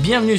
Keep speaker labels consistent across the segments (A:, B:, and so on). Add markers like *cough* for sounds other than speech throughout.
A: Bienvenue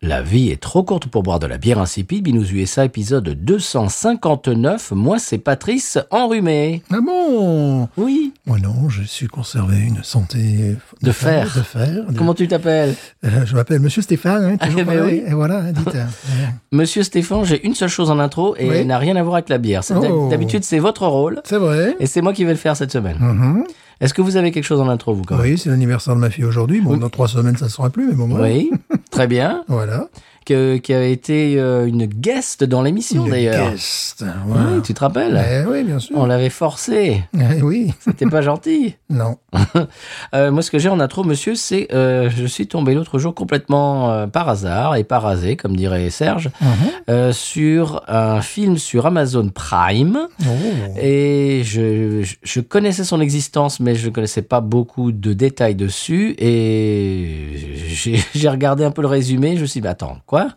A: La vie est trop courte pour boire de la bière insipide. Binous USA épisode 259. Moi, c'est Patrice enrhumé.
B: Ah bon
A: Oui.
B: Moi non, je suis conservé une santé...
A: De fer.
B: De fer. de-
A: Comment tu t'appelles
B: Euh, je m'appelle Monsieur Stéphane, hein, toujours
A: Ah, mais
B: pareil.
A: oui.
B: Et voilà, hein,
A: *laughs*
B: dites. hein.
A: Monsieur Stéphane, j'ai une seule chose en intro et
B: Oui.
A: elle n'a rien à voir avec la bière. C'est-
B: Oh.
A: D'habitude, c'est votre rôle
B: C'est vrai.
A: et c'est moi qui vais le faire cette semaine.
B: Mhm.
A: Est-ce que vous avez quelque chose en intro, vous, quand même
B: Oui, c'est l'anniversaire de ma fille aujourd'hui. Bon, dans trois semaines, ça ne sera plus, mais bon, voilà.
A: Oui, très bien.
B: Voilà.
A: Que- qui a été euh, une guest dans l'émission,
B: Une
A: d'ailleurs.
B: guest.
A: Oui,
B: Voilà.
A: euh, Ah, tu te rappelles
B: Eh oui, bien sûr.
A: On l'avait forcé.
B: Eh oui.
A: C'était pas *laughs* gentil.
B: Non.
A: Euh, moi, ce que j'ai en intro, monsieur, c'est euh, je suis tombé l'autre jour complètement euh, par hasard et par rasé, comme dirait Serge,
B: Mhm.
A: euh, sur un film sur Amazon Prime.
B: Oh.
A: Et je, je- je connaissais son existence, mais je ne connaissais pas beaucoup de détails dessus. Et j'ai *laughs* j'ai regardé un peu le résumé. Je me suis dit, bah, attends, quoi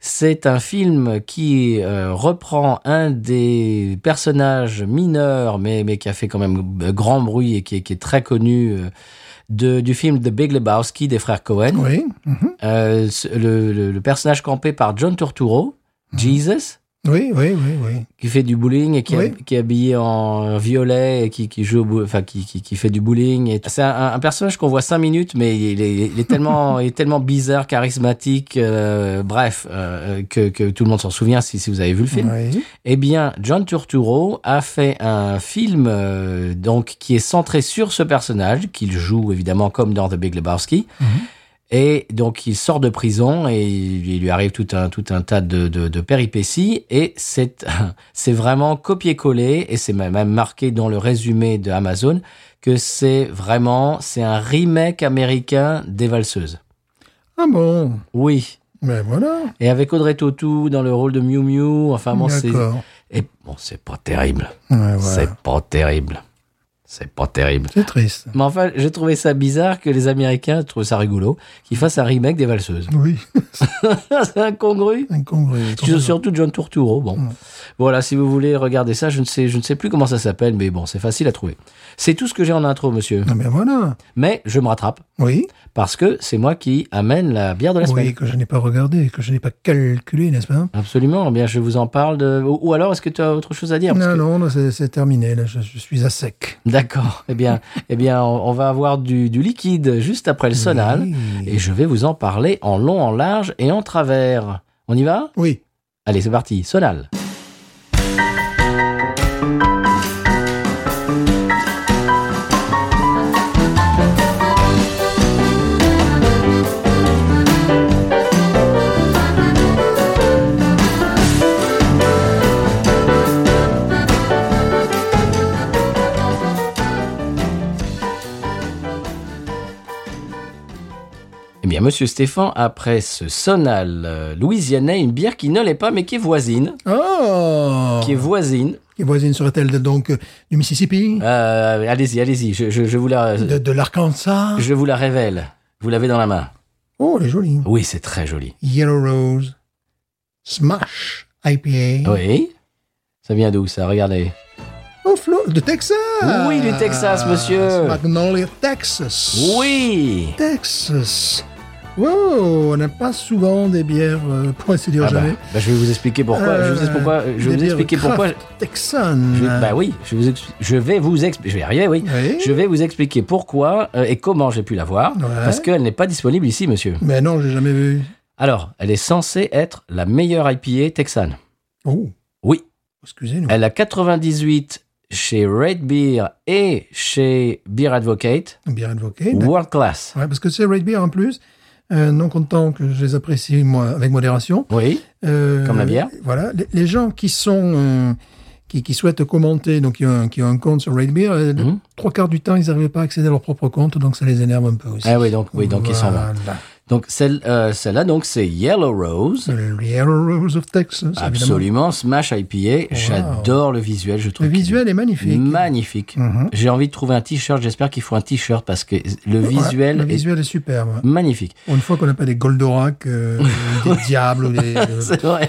A: C'est un film qui euh, reprend un des personnages mineurs, mais, mais qui a fait quand même euh, grand bruit et qui est, qui est très connu. euh, de, du film The Big Lebowski des frères Cohen.
B: Oui. Mhm.
A: Euh, ce- le, le- le personnage campé par John Turturro, Jesus,
B: Oui, oui, oui, oui.
A: qui fait du bowling et qui,
B: Oui.
A: qui est habillé en violet et qui, qui joue au bou- enfin qui, qui, qui fait du bowling et c'est un, un personnage qu'on voit cinq minutes mais il est, il est tellement il est tellement bizarre charismatique euh, bref euh, que, que tout le monde s'en souvient si, si vous avez vu le film
B: Oui.
A: eh bien John Turturro a fait un film euh, donc qui est centré sur ce personnage qu'il joue évidemment comme dans The Big Lebowski
B: Mhm.
A: et donc il sort de prison et il il lui arrive tout un tout un tas de, de, de péripéties et c'est c'est vraiment copié-collé et c'est même même marqué dans le résumé de Amazon que c'est vraiment c'est un remake américain des valseuses.
B: Ah bon.
A: Oui.
B: Ben voilà.
A: Et avec Audrey Tautou dans le rôle de Miu Miu, enfin bon Ah, c'est
B: D'accord.
A: et bon c'est pas terrible.
B: Ouais, voilà.
A: C'est pas terrible. C'est pas terrible.
B: C'est triste.
A: Mais enfin, j'ai trouvé ça bizarre que les Américains trouvent ça rigolo, qu'ils fassent un remake des valseuses. *laughs*
B: Oui.
A: c'est incongru.
B: Incongru.
A: Sur- Surtout John Turturro. Bon, voilà, si vous voulez regarder ça, je ne sais, je ne sais plus comment ça s'appelle, mais bon, c'est facile à trouver. C'est tout ce que j'ai en intro, monsieur.
B: Ah ben voilà.
A: Mais je me rattrape
B: Oui.
A: parce que c'est moi qui amène la bière de la semaine.
B: Oui, que je n'ai pas regardé, que je n'ai pas calculé, n'est-ce pas
A: Absolument. Eh Bien, je vous en parle. De... Ou, ou alors, est-ce que tu as autre chose à dire Parce
B: Non,
A: que-
B: non, non, c'est c'est terminé, là, je, je suis à sec.
A: D'accord. Eh
B: *laughs*
A: bien, eh bien, on on va avoir du, du liquide juste après le sonal,
B: Oui.
A: et je vais vous en parler en long, en large et en travers. On y va
B: Oui,
A: Allez, c'est parti. Sonal. Eh bien, Monsieur Stéphane, après ce sonal euh, louisianais, une bière qui ne l'est pas, mais qui est voisine,
B: Oh
A: qui est voisine.
B: Qui voisine serait-elle donc euh, du Mississippi
A: Euh, allez-y, allez-y. Je, je- je vous la,
B: De, de l'Arkansas
A: je vous la révèle. Vous l'avez dans la main.
B: Oh, elle est jolie.
A: Oui, c'est très joli.
B: Yellow Rose, Smash
A: Ah
B: IPA,
A: Oui. Ça vient d'où ça Regardez.
B: oh, Flo- de Texas Ah,
A: Oui, du Texas, monsieur.
B: Magnolia, Texas
A: Oui.
B: Texas Wow, on n'a pas souvent des bières, euh, pour ainsi dire
A: Ah bah,
B: jamais.
A: bah, je vais vous expliquer pourquoi. je vais vous expliquer pourquoi. Je vais vous expliquer pourquoi.
B: Euh, Texan.
A: Je- bah oui, je, vous ex- je vais vous expliquer. Je vais y arriver, oui.
B: Oui.
A: Je vais vous expliquer pourquoi euh, et comment j'ai pu la voir.
B: Ouais.
A: Parce qu'elle n'est pas disponible ici, monsieur.
B: Mais non, j'ai jamais vu.
A: Alors, elle est censée être la meilleure IPA texane.
B: Oh,
A: Oui.
B: excusez-nous.
A: Elle a 98 chez Red Beer et chez Beer Advocate.
B: Bien invoqué. d'accord.
A: World class.
B: Ouais, parce que c'est Red Beer en plus. Euh, non content que je les apprécie moi avec modération.
A: Oui.
B: Euh,
A: Comme la bière.
B: Voilà. Les, les gens qui sont euh, qui, qui souhaitent commenter, donc qui ont, qui ont un compte sur Red Beer, euh,
A: Mhm.
B: trois quarts du temps ils n'arrivaient pas à accéder à leur propre compte, donc ça les énerve un peu aussi.
A: Ah oui, donc, oui, donc ils s'en vont.
B: Voilà.
A: Donc celle, euh, celle-là, donc c'est Yellow Rose.
B: Le Yellow Rose of Texas, évidemment.
A: Absolument, Smash IPA. J'adore le visuel, je trouve.
B: Le
A: qu'il
B: visuel est magnifique.
A: Magnifique.
B: Mhm.
A: J'ai envie de trouver un t-shirt. J'espère qu'il faut un t-shirt parce que le
B: Ouais,
A: visuel
B: le
A: est
B: visuel est superbe.
A: magnifique.
B: Une fois qu'on n'a pas des
A: *laughs*
B: Goldorak, euh, ou des diables, ou des, euh,
A: C'est vrai.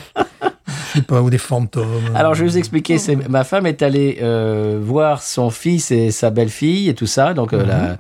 B: je sais pas, ou des fantômes. euh.
A: Alors, je vais vous expliquer. C'est, ma femme est allée euh, voir son fils et sa belle-fille et tout ça. Donc, euh, la,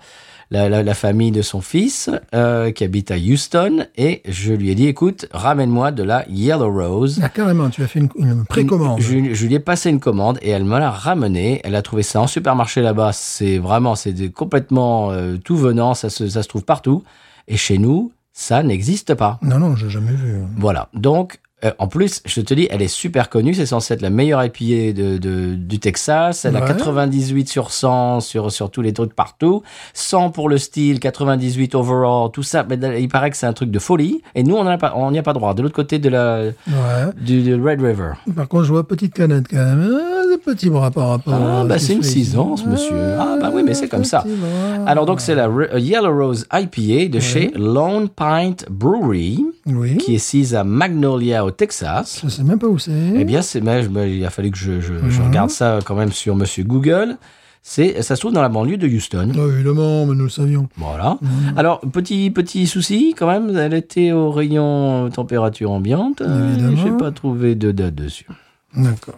A: la, la- la famille de son fils euh, qui habite à Houston. Et je lui ai dit, écoute, ramène-moi de la Yellow Rose.
B: Ah, carrément, tu as fait une, une précommande.
A: Je, je lui ai passé une commande et elle me l'a ramenée. Elle a trouvé ça en supermarché là-bas. C'est vraiment, c'est des- complètement euh, tout venant. Ça se, ça se trouve partout. Et chez nous, ça n'existe pas.
B: Non, non, j'ai jamais vu.
A: Voilà. Donc, euh, en plus, je te dis, elle est super connue. C'est censé être la meilleure IPA de, de- du Texas. Elle a
B: Ouais.
A: 98 sur 100 sur, sur tous les trucs partout. 100 pour le style, 98 overall, tout ça. Mais il paraît que c'est un truc de folie. Et nous, on n'y a, pas- on n'y a pas droit. De l'autre côté de la,
B: Ouais.
A: du, du Red River.
B: Par contre, je vois petite canette quand même. Ah, des petits bras par rapport
A: Ah,
B: à ce
A: bah,
B: qui
A: c'est
B: se
A: une
B: fait
A: six
B: ici.
A: ans, ce monsieur. Ah, bah oui, mais c'est comme ça.
B: petits bras.
A: Alors donc c'est la Re- euh, Yellow Rose IPA de chez Lone Pint Brewery
B: Oui.
A: qui est sise à Magnolia au Texas.
B: Je sais même pas où c'est.
A: Eh bien, c'est mais je- mais il a fallu que je, je- je regarde ça euh, quand même sur Monsieur Google. C'est ça se trouve dans la banlieue de Houston.
B: Ah, évidemment, mais nous le savions.
A: Voilà. Alors petit petit souci quand même, elle était au rayon euh, température ambiante. Je
B: Évidemment.
A: J'ai pas trouvé de date dessus. *clears throat*
B: D'accord.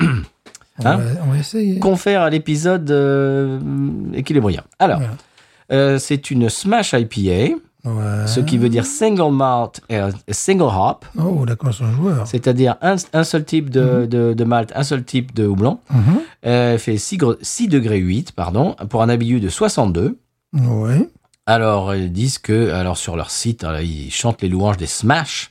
B: on,
A: Hein
B: va, on va essayer.
A: Confère à l'épisode euh, Equilibria. Alors,
B: Voilà.
A: euh, c'est une Smash IPA,
B: Ouais.
A: ce qui veut dire single malt et euh, single hop.
B: Oh, d'accord, c'est un joueur.
A: c'est-à-dire un, un seul type de, de, de malt, un seul type de houblon,
B: Mhm.
A: euh, fait 6, degrés 8, pardon, pour un habillu de 62.
B: Oui.
A: Alors, ils disent que, alors sur leur site, hein, ils chantent les louanges des smash.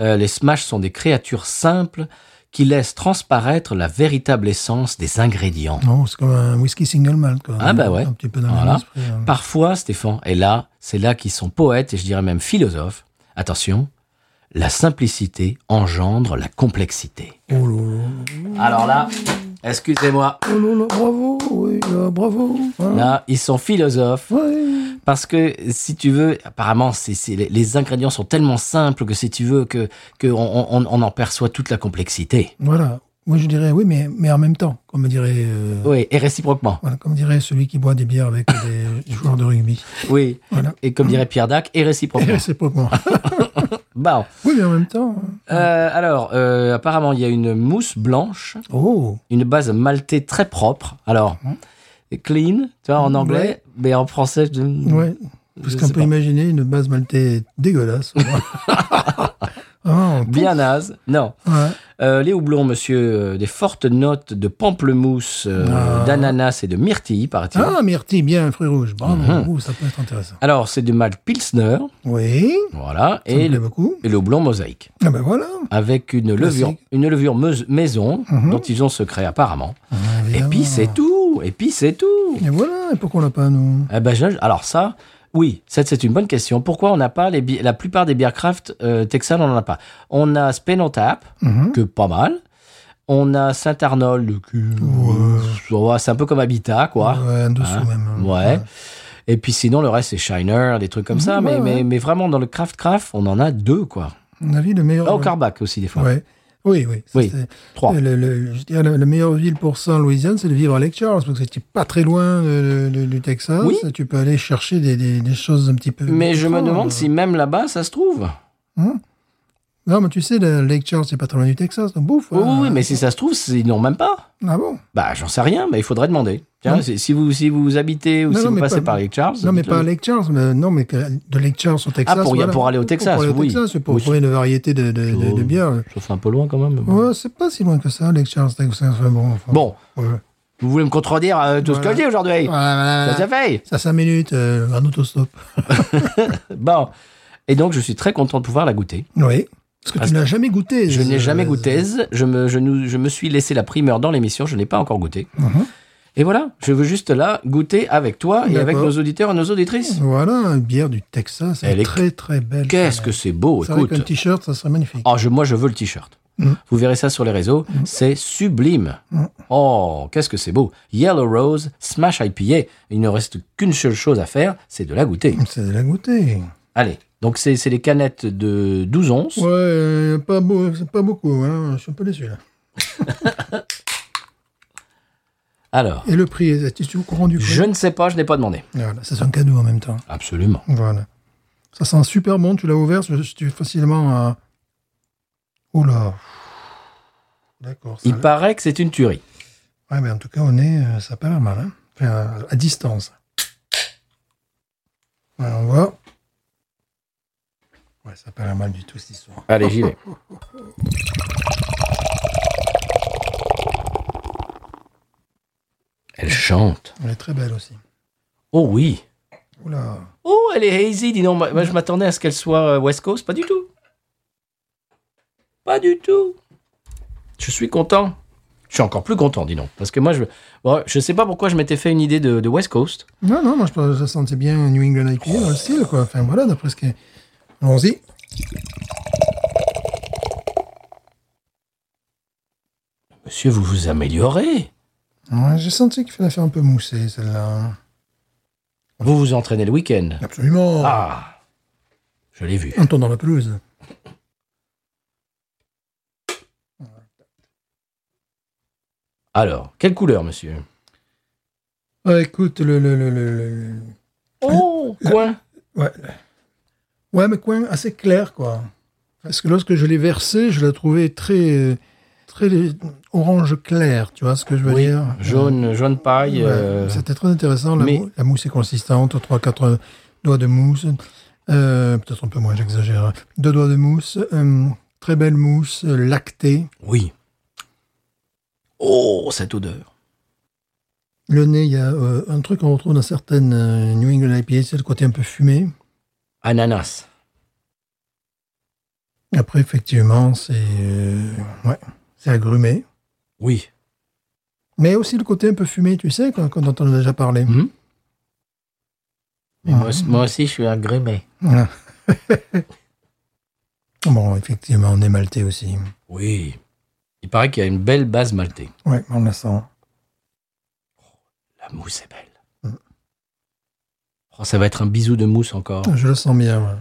A: Euh, les smash sont des créatures simples qui laissent transparaître la véritable essence des ingrédients.
B: Non, c'est comme un whisky single malt, quoi.
A: Ah, bah ouais.
B: Un petit peu dans le
A: Voilà.
B: même esprit, hein.
A: Parfois, Stéphane, et là, c'est là qu'ils sont poètes et je dirais même philosophes. Attention, la simplicité engendre la complexité.
B: Oh là là.
A: Alors là, excusez-moi,
B: Oh là là, bravo, oui, là, bravo. Voilà.
A: là, ils sont philosophes.
B: Ouais.
A: Parce que si tu veux, apparemment, c'est c'est- les, les ingrédients sont tellement simples que si tu veux, que, que on, on- on en perçoit toute la complexité.
B: Voilà. Moi, je dirais oui, mais, mais en même temps, comme dirait, euh,
A: Oui, et
B: *laughs*
A: réciproquement.
B: voilà, comme dirait celui qui boit des bières avec
A: *laughs*
B: des joueurs de rugby.
A: Oui.
B: Voilà.
A: Et comme dirait Pierre Dac, et
B: *laughs*
A: réciproquement.
B: C'est pas
A: *laughs*
B: moi.
A: Bon.
B: Oui, mais en même temps. hein.
A: Euh, alors, euh, apparemment, il y a une mousse blanche,
B: Oh,
A: une base maltée très propre. Alors, clean, tu vois, en anglais, mais en français, je-
B: Hum. ouais.
A: Je
B: Parce qu'on
A: sais
B: peut
A: pas.
B: imaginer une base maltaise dégueulasse.
A: *laughs*
B: Ah,
A: bien naze. Non.
B: ouais.
A: Euh, les houblons, monsieur, euh, des fortes notes de pamplemousse, euh,
B: Ah.
A: d'ananas et de myrtille, paraît-il.
B: Ah, myrtille, bien, fruit rouge. Bravo.
A: Mhm.
B: Ouh, ça peut être intéressant.
A: Alors, c'est du malt Pilsner,
B: Oui.
A: voilà,
B: Ça me
A: et
B: plaît
A: le,
B: beaucoup.
A: et le houblon mosaïque,
B: Ah, ben voilà.
A: avec une
B: Classique.
A: levure, une levure meus- maison,
B: Mhm.
A: dont ils ont secret apparemment.
B: Ah,
A: Et
B: évidemment.
A: puis, c'est tout Et puis, c'est tout
B: Et voilà, et pourquoi on l'a pas, nous
A: Eh ben, je- Alors ça, oui, ça, c'est une bonne question. Pourquoi on n'a pas les bi- la plupart des bières craft euh, texanes, on n'en a pas. On a Spenotap,
B: Mhm.
A: que pas mal. On a Saint-Arnold, que... Ouais, c'est un peu comme Habitat, quoi.
B: Ouais, en dessous
A: Hein
B: même.
A: Ouais. Et puis sinon, le reste, c'est Shiner, des trucs comme ça.
B: Ouais,
A: mais,
B: ouais.
A: Mais, mais vraiment, dans le Craft Craft, on en a deux, quoi.
B: À mon avis, le meilleur.
A: Ah, au Carbac aussi, des fois.
B: Ouais. Oui, oui. Ça,
A: Oui.
B: c'est-
A: Trois.
B: Le, le- je dirais la, la meilleure ville pour ça en Louisiane, c'est de vivre à Lake Charles, parce que c'est pas très loin de- de- du Texas.
A: Oui.
B: Tu peux aller chercher des, des- des choses un petit peu.
A: Mais je me
B: Oh, euh,
A: demande si même là-bas, ça se trouve.
B: Non, mais tu sais, la Lake Charles, c'est pas très loin du Texas, donc bouffe. hein.
A: Oui, oui, oui, mais si ça se trouve, c'est- ils n'ont même pas.
B: Ah bon
A: Bah, j'en sais rien, mais il faudrait demander. Tiens,
B: Non.
A: si si vous, si vous habitez ou
B: Non,
A: si
B: non,
A: vous
B: mais
A: passez
B: pas-
A: par Lake Charles.
B: Non, mais
A: dites-le.
B: pas à Lake Charles, mais non, mais que de Lake Charles au Texas.
A: Ah, pour y-
B: voilà.
A: pour aller au Texas,
B: pour aller
A: oui.
B: Texas, pour
A: Oui.
B: trouver une variété de, de, de, de bières.
A: Ça fait un peu loin quand même.
B: Ouais, c'est pas si loin que ça, Lake Charles, Texas. Enfin, bon. enfin,
A: Bon,
B: ouais.
A: vous voulez me contredire euh, tout ce que
B: Voilà.
A: je dis aujourd'hui
B: Voilà, voilà,
A: Ça
B: voilà.
A: s'est fait
B: Ça, 5 minutes, euh, un autostop.
A: Bon. Et donc, je suis très content de pouvoir la goûter.
B: Oui. Parce que
A: Ah,
B: tu n'as jamais goûté.
A: Je n'ai
B: euh,
A: jamais goûté. Je me, je, nous- je me suis laissé la primeur dans l'émission. Je n'ai pas encore goûté.
B: Mhm.
A: Et voilà, je veux juste là goûter avec toi et
B: D'accord.
A: avec nos auditeurs et nos auditrices.
B: Voilà, une bière du Texas. Elle,
A: Elle est-
B: est très, très belle.
A: Qu'est-ce que c'est beau,
B: ça, Avec un
A: écoute.
B: t-shirt, ça serait magnifique.
A: Ah, je, moi, je veux le t-shirt.
B: Mhm.
A: Vous verrez ça sur les réseaux.
B: Mm.
A: C'est sublime. Oh, qu'est-ce que c'est beau. Yellow Rose, Smash IPA. Il ne reste qu'une seule chose à faire, c'est de la goûter.
B: C'est de la goûter.
A: Allez, Donc, c'est c'est les canettes de 12 onces.
B: Ouais, euh, pas, beau, c'est pas beaucoup, hein. je suis un peu déçu là.
A: Alors,
B: Et le prix, est-ce au courant du prix
A: je ne sais pas, je n'ai pas demandé.
B: Voilà, ça c'est un cadeau en même temps.
A: Absolument.
B: Voilà. Ça sent super bon, tu l'as ouvert, je- je- tu es facilement à. Oh là D'accord. ça-
A: Il paraît que c'est une tuerie.
B: Ouais, mais en tout cas, on est, euh, ça a pas l'air mal, hein. Enfin, à- à distance. Ouais, on voit. Ouais, ça a pas l'air mal du tout cette histoire.
A: Allez, j'y vais. Elle chante.
B: Elle est très belle aussi.
A: Oh oui.
B: Oula.
A: Oh, elle est hazy, dis donc. Moi, moi, je m'attendais à ce qu'elle soit euh, West Coast. Pas du tout. Pas du tout. Je suis content. Je suis encore plus content, dis donc. Parce que moi, je bon, je sais pas pourquoi je m'étais fait une idée de, de West Coast.
B: Non, non, moi je, pense que ça sentait bien New England IPA dans le style, quoi. Enfin voilà, d'après ce que. Allons-y.
A: Monsieur, vous vous améliorez.
B: Ouais, J'ai senti qu'il fallait faire un peu mousser celle-là.
A: Vous vous entraînez le week-end.
B: Absolument.
A: Ah, je l'ai vu.
B: Un ton dans la pelouse.
A: Alors, quelle couleur, monsieur
B: Ouais, Bah, écoute, le. le, le, le- le- le-
A: Oh, *laughs* coin.
B: Ouais. Ouais, mais coin assez clair, quoi. Parce que lorsque je l'ai versé, je l'ai trouvé très. très orange clair, tu vois ce que je veux
A: Oui,
B: dire
A: jaune, jaune paille.
B: Ouais,
A: euh,
B: C'était très intéressant. La,
A: mais-
B: mou- la mousse est consistante, 3-4 doigts de mousse. Euh, Peut-être un peu moins, j'exagère. Deux doigts de mousse. euh, très belle mousse, euh, lactée.
A: Oui. Oh, cette odeur.
B: Le nez, il y a euh, un truc qu'on retrouve dans certaines euh, New England IPA, c'est le côté un peu fumé.
A: Ananas.
B: Après, effectivement, c'est euh, ouais, c'est agrumé.
A: Oui.
B: Mais aussi le côté un peu fumé, tu sais, quand, quand on en a déjà parlé.
A: Mhm. Mais
B: Ah.
A: moi, aussi- moi aussi, je suis agrémé.
B: Voilà. *laughs* bon, effectivement, on est maltais aussi.
A: Oui. Il paraît qu'il y a une belle base maltée.
B: Ouais, on la sent.
A: La mousse est belle.
B: Mm.
A: Oh, ça va être un bisou de mousse encore.
B: Ah, Je le sens bien. ouais.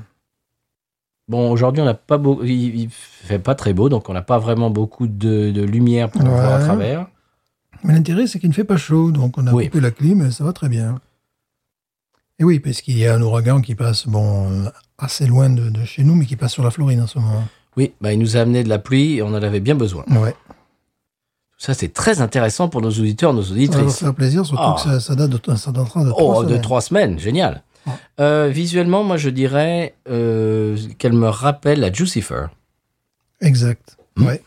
A: Bon, aujourd'hui, on n'a pas beau... il, il fait pas très beau, donc on n'a pas vraiment beaucoup de, de lumière pour
B: Ouais.
A: voir à travers.
B: Mais l'intérêt, c'est qu'il ne fait pas chaud, donc on a
A: Oui.
B: coupé la clim, et ça va très bien. Et oui, parce qu'il y a un ouragan qui passe, bon, euh, assez loin de, de chez nous, mais qui passe sur la Floride en ce moment.
A: Oui, bah, il nous a amené de la pluie et on en avait bien besoin.
B: Ouais.
A: Ça, c'est très intéressant pour nos auditeurs, nos
B: Ça va leur
A: auditrices.
B: faire plaisir, surtout
A: Ah.
B: que ça, ça date de, ça datera de
A: Oh,
B: trois
A: de
B: semaines. Ah.
A: trois semaines, génial.
B: Ouais.
A: Euh, visuellement, moi, je dirais euh, qu'elle me rappelle la Jucifer,
B: Exact.
A: Hmm.
B: Ouais.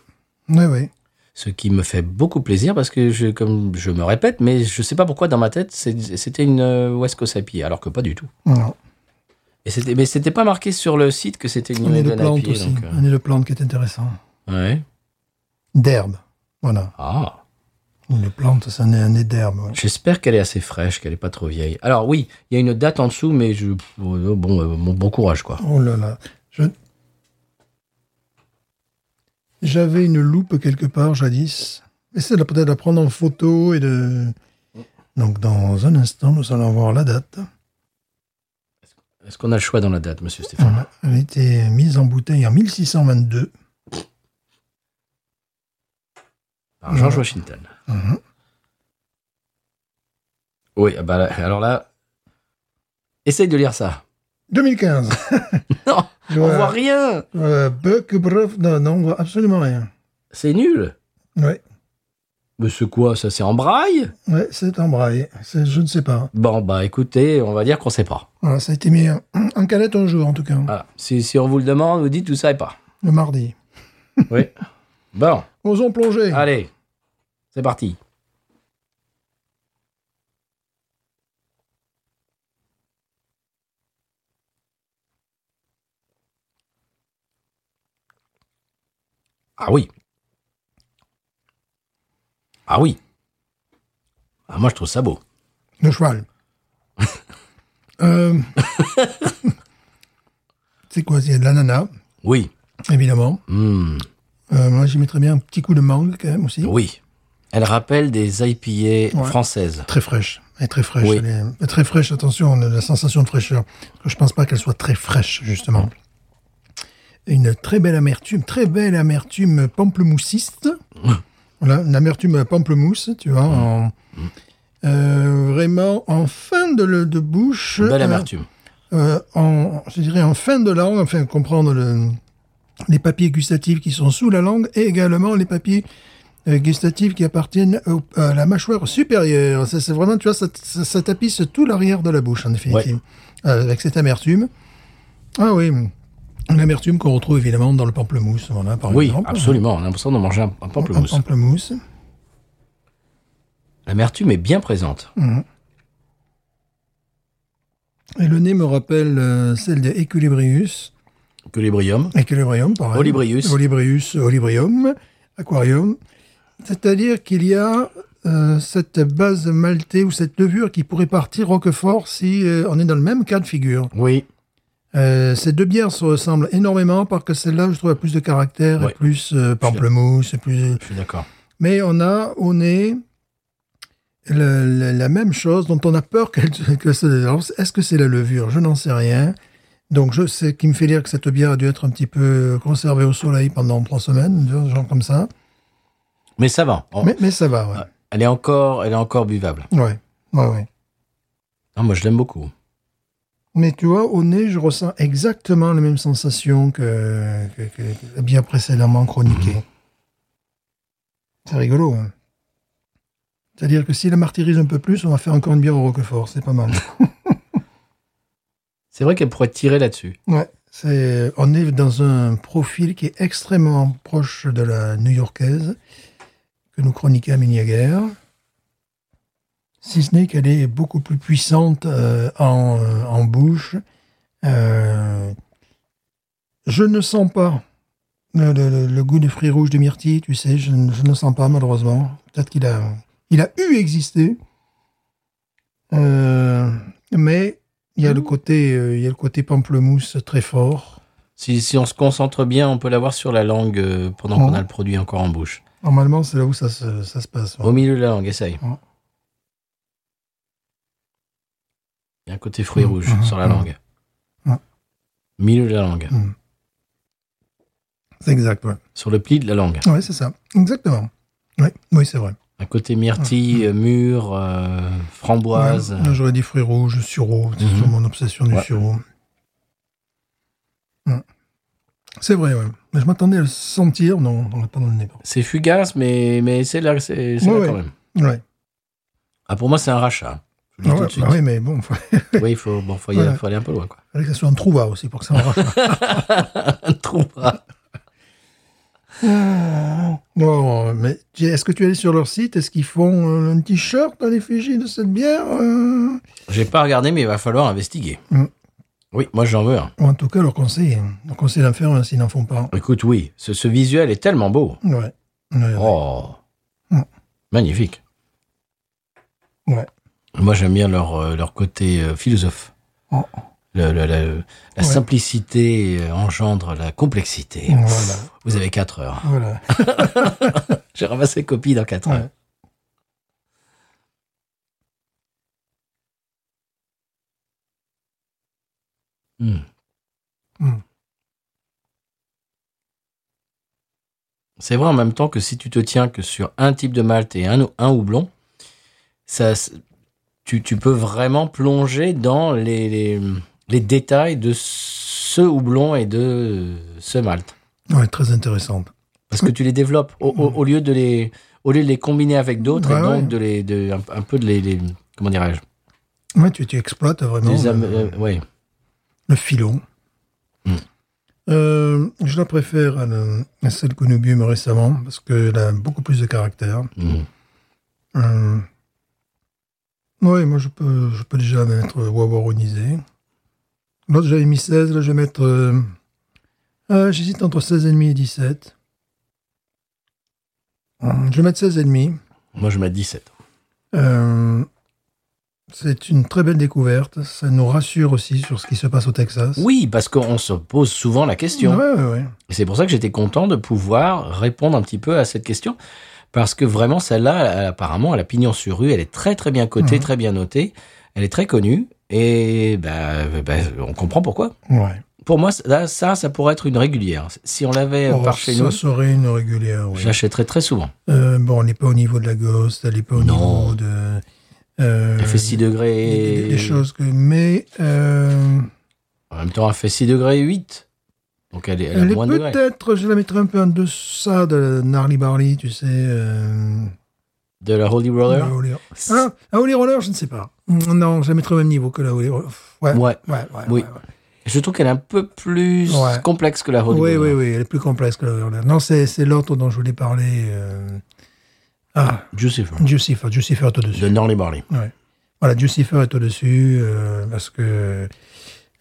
B: Ouais, ouais.
A: ce qui me fait beaucoup plaisir parce que, je, comme je me répète, mais je sais pas pourquoi dans ma tête, c'est- c'était une euh, West Coast IPA, alors que pas du tout.
B: Non.
A: Et c'était, mais c'était pas marqué sur le site que c'était une
B: On est de
A: New England
B: plantes
A: IPA.
B: aussi.
A: donc,
B: On est de plantes qui est intéressant.
A: euh, ouais.
B: D'herbe. Voilà.
A: Ah.
B: Les plantes, ça n'est un nez d'herbe. ouais.
A: J'espère qu'elle est assez fraîche, qu'elle est pas trop vieille. Alors oui, il y a une date en dessous, mais je bon euh, bon, bon courage quoi.
B: Oh là là. Je- J'avais une loupe quelque part jadis. Essaie de la- peut-être de la prendre en photo et de. Donc, dans un instant, nous allons voir la date.
A: Est-ce qu'on a le choix dans la date, Monsieur Stéphane
B: Voilà. Elle a été mise en bouteille en 1622.
A: Par George Washington.
B: Mhm.
A: Oui, ah bah, là, alors là, essaye de lire ça. *laughs*
B: 2015.
A: Non,
B: Je
A: on
B: vois-
A: voit rien.
B: *laughs* Euh, Buck Bruff, non, non, on voit absolument rien.
A: C'est nul.
B: Ouais,
A: Mais c'est quoi ça C'est en braille
B: ouais c'est en braille. C'est- Je ne sais pas.
A: Bon bah écoutez, on va dire qu'on sait pas.
B: Voilà, ça a été mis en, en canette un jour, en tout cas,
A: Voilà. Si, si on vous le demande, vous dites vous savez pas.
B: le mardi.
A: Oui. Bon,
B: Osons plonger.
A: allez, c'est parti. Ah oui. Ah oui. Ah moi je trouve ça beau.
B: Le
A: *laughs*
B: cheval. Euh, *laughs* c'est quoi Il y a de l'ananas,
A: Oui.
B: évidemment.
A: Hmm,
B: Euh, moi, j'y mettrais bien un petit coup de mangue, quand même, aussi.
A: oui. Elle rappelle des IPA
B: Ouais.
A: françaises.
B: Très fraîche. Elle est très fraîche.
A: Oui.
B: Elle est- elle est très fraîche, attention, on a la sensation de fraîcheur. Parce que je pense pas qu'elle soit très fraîche, justement.
A: Hmm.
B: Et Une très belle amertume, très belle amertume
A: *laughs*
B: pamplemoussiste. Voilà, une amertume pamplemousse, tu vois.
A: Hmm.
B: en- euh, vraiment en fin de, le- de bouche.
A: Belle
B: euh,
A: amertume.
B: euh, en, je dirais en fin de langue, enfin comprendre le- les papiers gustatifs qui sont sous la langue et également les papiers euh, gustatifs qui appartiennent au- à la mâchoire supérieure. Ça, C'est vraiment, tu vois, ça, ça- ça tapisse tout l'arrière de la bouche en définitive, Euh, avec cette amertume. Ah oui, une amertume qu'on retrouve évidemment dans le pamplemousse, voilà, par
A: Oui,
B: exemple.
A: absolument. On a l'impression de manger un, un
B: Un
A: pamplemousse.
B: pamplemousse.
A: L'amertume est bien présente.
B: Mm. Et le nez me rappelle euh, celle des Equilibrius.
A: Que les briums.
B: Equilibrium, pareil.
A: Olibrius.
B: Olibrius, Olibrium, Aquarium. C'est-à-dire qu'il y a euh, cette base maltée ou cette levure qui pourrait partir Roquefort si euh, on est dans le même cas de figure.
A: Oui.
B: Euh, ces deux bières se ressemblent énormément parce que celle-là, je trouve, a plus de caractère, et
A: Ouais.
B: plus euh, pamplemousse, et plus...
A: Je suis d'accord.
B: Mais on a au nez le- le- la même chose dont on a peur qu'elle *laughs* que se déverse. Est-ce que c'est la levure Je n'en sais rien. Donc, je sais ce qui me fait dire que cette bière a dû être un petit peu conservée au soleil pendant trois semaines, deux genre comme ça.
A: Mais ça va. On-
B: Mais, mais ça va, ouais.
A: Elle est encore, elle est encore buvable.
B: Ouais, ouais, ouais.
A: Non, moi, je l'aime beaucoup.
B: Mais tu vois, au nez, je ressens exactement la même sensation que, que, que la bière précédemment chroniquée. C'est rigolo. hein. C'est-à-dire que si la martyrise un peu plus, on va faire encore une bière au Roquefort. C'est pas mal.
A: C'est vrai qu'elle pourrait tirer là-dessus.
B: Ouais, c'est on est dans un profil qui est extrêmement proche de la new-yorkaise que nous chroniquions à guerre Si ce n'est qu'elle est beaucoup plus puissante euh, en, en bouche. Euh, je ne sens pas le, le- le- le goût des fruits rouges de myrtille, tu sais, je, ne- je ne sens pas malheureusement. Peut-être qu'il a, il a eu existé. Euh, mais il y a le côté, euh, il y a le côté pamplemousse très fort.
A: Si, si on se concentre bien, on peut l'avoir sur la langue euh, pendant
B: Oh.
A: qu'on a le produit encore en bouche.
B: Normalement, c'est là où ça se, ça se passe. ouais.
A: Au milieu de la langue, essaye.
B: Oh.
A: Il y a un côté fruit
B: Mm,
A: rouge
B: mm,
A: sur la
B: mm.
A: langue.
B: Mm.
A: Milieu de la langue.
B: C'est exact, ouais.
A: Sur le pli de la langue.
B: Ouais, c'est ça. Exactement. Ouais. Oui, c'est vrai.
A: Un côté myrtille, euh, mûr, euh, framboise.
B: Mm. Ouais, J'aurais dit fruits rouges, sureau. C'est
A: Mhm.
B: toujours mon obsession du
A: Ouais.
B: sureau. Mm. C'est vrai, ouais. Mais je m'attendais à le sentir. Non, on l'a pas dans le nez. pardon.
A: C'est fugace, mais, mais c'est là, c'est, c'est
B: Ouais,
A: là
B: ouais.
A: quand même.
B: Ouais.
A: Ah, pour moi, c'est un rachat. Je le dis
B: Ouais,
A: tout de suite.
B: bah oui, mais bon, il fallait
A: Oui, il faut, bon, faut, y-
B: Voilà.
A: faut aller un peu loin. Quoi. *laughs*
B: que ça soit un trouva aussi pour que ça en rache.
A: Un trou. ah.
B: Bon, mais tu- est-ce que tu es allé sur leur site Est-ce qu'ils font euh, un t-shirt à l'effigie de cette bière Euh,
A: J'ai pas regardé, mais il va falloir investiguer.
B: Mm.
A: Oui, moi, j'en veux un.
B: Ou en tout cas, leur conseil. hein. Leur conseil d'en faire un s'ils n'en font pas.
A: Écoute, oui, ce, ce visuel est tellement beau.
B: Ouais. Ouais, ouais.
A: Oh,
B: Mm.
A: magnifique.
B: Ouais.
A: Moi, j'aime bien leur, euh, leur côté euh, philosophe.
B: Oh.
A: Le- le- le- la
B: Ouais.
A: simplicité euh, engendre la complexité.
B: Voilà.
A: Vous avez 4 heures.
B: Voilà.
A: J'ai ramassé copie dans 4 heures.
B: Ouais.
A: Hmm.
B: Hmm.
A: C'est vrai en même temps que si tu te tiens que sur un type de malt et un, un houblon, ça, c'est- tu, tu peux vraiment plonger dans les, les, les détails de ce houblon et de ce malt.
B: Ouais, très intéressante.
A: Parce que tu les développes au, au- au lieu de les au lieu de les combiner avec d'autres et
B: Ouais,
A: donc
B: Bah ouais.
A: de les de, un, un peu de les, les- comment dirais-je
B: Ouais, tu, tu exploites vraiment
A: Des am-
B: le,
A: euh, ouais.
B: le filon.
A: Mm.
B: Euh, je la préfère à, la- à celle que nous bûmes récemment parce qu'elle a beaucoup plus de caractère.
A: Mm.
B: Euh, Oui, moi je peux, je peux déjà mettre euh, Wawaronisé. L'autre j'avais mis 16, là je vais mettre. euh, euh, J'hésite entre 16,5 et 17. Hum, Je vais mettre 16,5.
A: Moi je mets 17.
B: Euh, c'est une très belle découverte. Ça nous rassure aussi sur ce qui se passe au Texas.
A: Oui, parce qu'on se pose souvent la
B: Ouais,
A: question.
B: ouais, ouais.
A: Et c'est pour ça que j'étais content de pouvoir répondre un petit peu à cette question. Parce que vraiment, celle-là, elle- apparemment, elle a pignon sur rue. Elle est très, très bien
B: Mhm.
A: cotée, très bien notée. Elle est très connue. Et bah, bah, on comprend pourquoi.
B: Ouais.
A: Pour moi, là, ça, ça pourrait être une régulière. Si on l'avait
B: Oh,
A: par chez
B: ça
A: nous,
B: serait une régulière, oui.
A: j'achèterais très souvent.
B: Euh, bon, on n'est pas au niveau de la Ghost, elle n'est pas au
A: Non.
B: niveau de. euh,
A: Elle fait 6 degrés.
B: des, des- des choses que. Mais. euh,
A: En même temps, elle fait 6 degrés et 8. Donc elle est, elle a
B: elle est
A: moins de degrés.
B: peut-être. Je la mettrais un peu en deçà de la Gnarly Barley, tu sais. euh,
A: De la Holy
B: la
A: Roller
B: Holy- Ah, la Holy Roller, je ne sais pas. Non, je la mettrais au même niveau que la Holy Roller. Ouais. Ouais,
A: Ouais.
B: ouais,
A: Oui.
B: ouais, ouais.
A: Je trouve qu'elle est un peu plus
B: Ouais.
A: complexe que la Holy
B: Oui,
A: Roller.
B: oui, oui, elle est plus complexe que la Holy Roller. Non, c'est c'est l'autre dont je voulais parler. euh, Ah,
A: Lucifer.
B: Jucifer. Jucifer est au-dessus.
A: De Norley Barley.
B: Ouais. Voilà, Jucifer est au-dessus, euh, parce que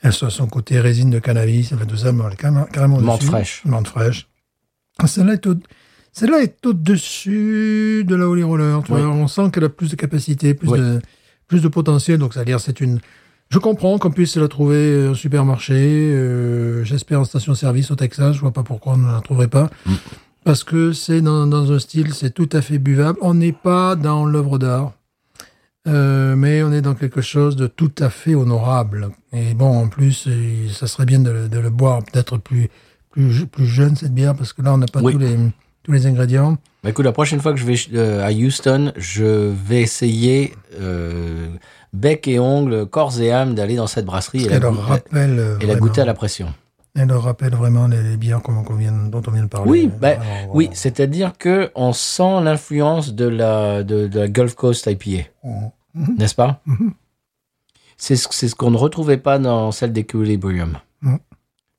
B: elle soit son côté résine de cannabis, enfin tout ça, mais elle est carrément, carrément au-dessus.
A: Menthe fraîche.
B: Menthe fraîche. Celle-là est, au- celle-là est au-dessus de la Holy Roller. tu
A: Oui.
B: vois. on sent qu'elle a plus de capacité, plus,
A: Oui.
B: de, plus de potentiel. Donc, c'est-à-dire, c'est une. Je comprends qu'on puisse la trouver au supermarché, euh, j'espère en station-service au Texas. Je vois pas pourquoi on ne la trouverait pas.
A: Mm.
B: Parce que c'est dans, dans un style, c'est tout à fait buvable. On n'est pas dans l'œuvre d'art. Euh, mais on est dans quelque chose de tout à fait honorable. Et bon, en plus, euh, ça serait bien de, le- de le boire peut-être plus, plus, je- plus jeune, cette bière, parce que là, on n'a pas
A: Oui.
B: tous, les, tous les ingrédients.
A: Bah écoute, la prochaine fois que je vais euh, à Houston, je vais essayer euh, bec et ongle, corps et âme, d'aller dans cette brasserie et la,
B: Elle leur
A: goût-
B: rappelle. euh,
A: et la
B: vraiment-
A: goûter à la pression.
B: elle leur rappelle vraiment les, les bières qu'on- qu'on vient- dont on vient de parler.
A: Oui,
B: Euh,
A: bah,
B: vraiment,
A: Oui,
B: vraiment.
A: c'est-à-dire que on sent l'influence de la, de, de la Gulf Coast IPA, n'est-ce pas
B: Mhm.
A: C'est ce, c'est ce qu'on ne retrouvait pas dans celle d'Equilibrium.
B: Mhm.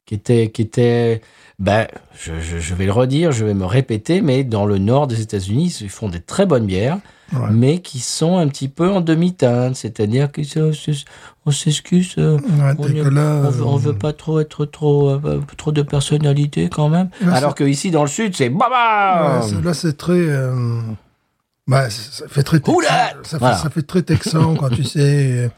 A: Qui était, qui était ben, je, je- je vais le redire, je vais me répéter, mais dans le nord des États-Unis, ils font des très bonnes bières,
B: Ouais.
A: mais qui sont un petit peu en demi-teinte. C'est-à-dire que ça, c'est- on s'excuse, euh,
B: Ouais,
A: on
B: t'es
A: y-
B: que là,
A: on, veut- on veut
B: euh,
A: pas trop être trop, euh, trop de personnalité quand même.
B: Là, c'est-
A: Alors que ici, dans le sud, c'est
B: Ouais,
A: baba
B: c'est- là, c'est très. euh, bah, ça ça fait très. texan.
A: Oula
B: ça, fait,
A: Voilà.
B: ça fait très texan quand tu
A: *laughs*
B: sais. euh,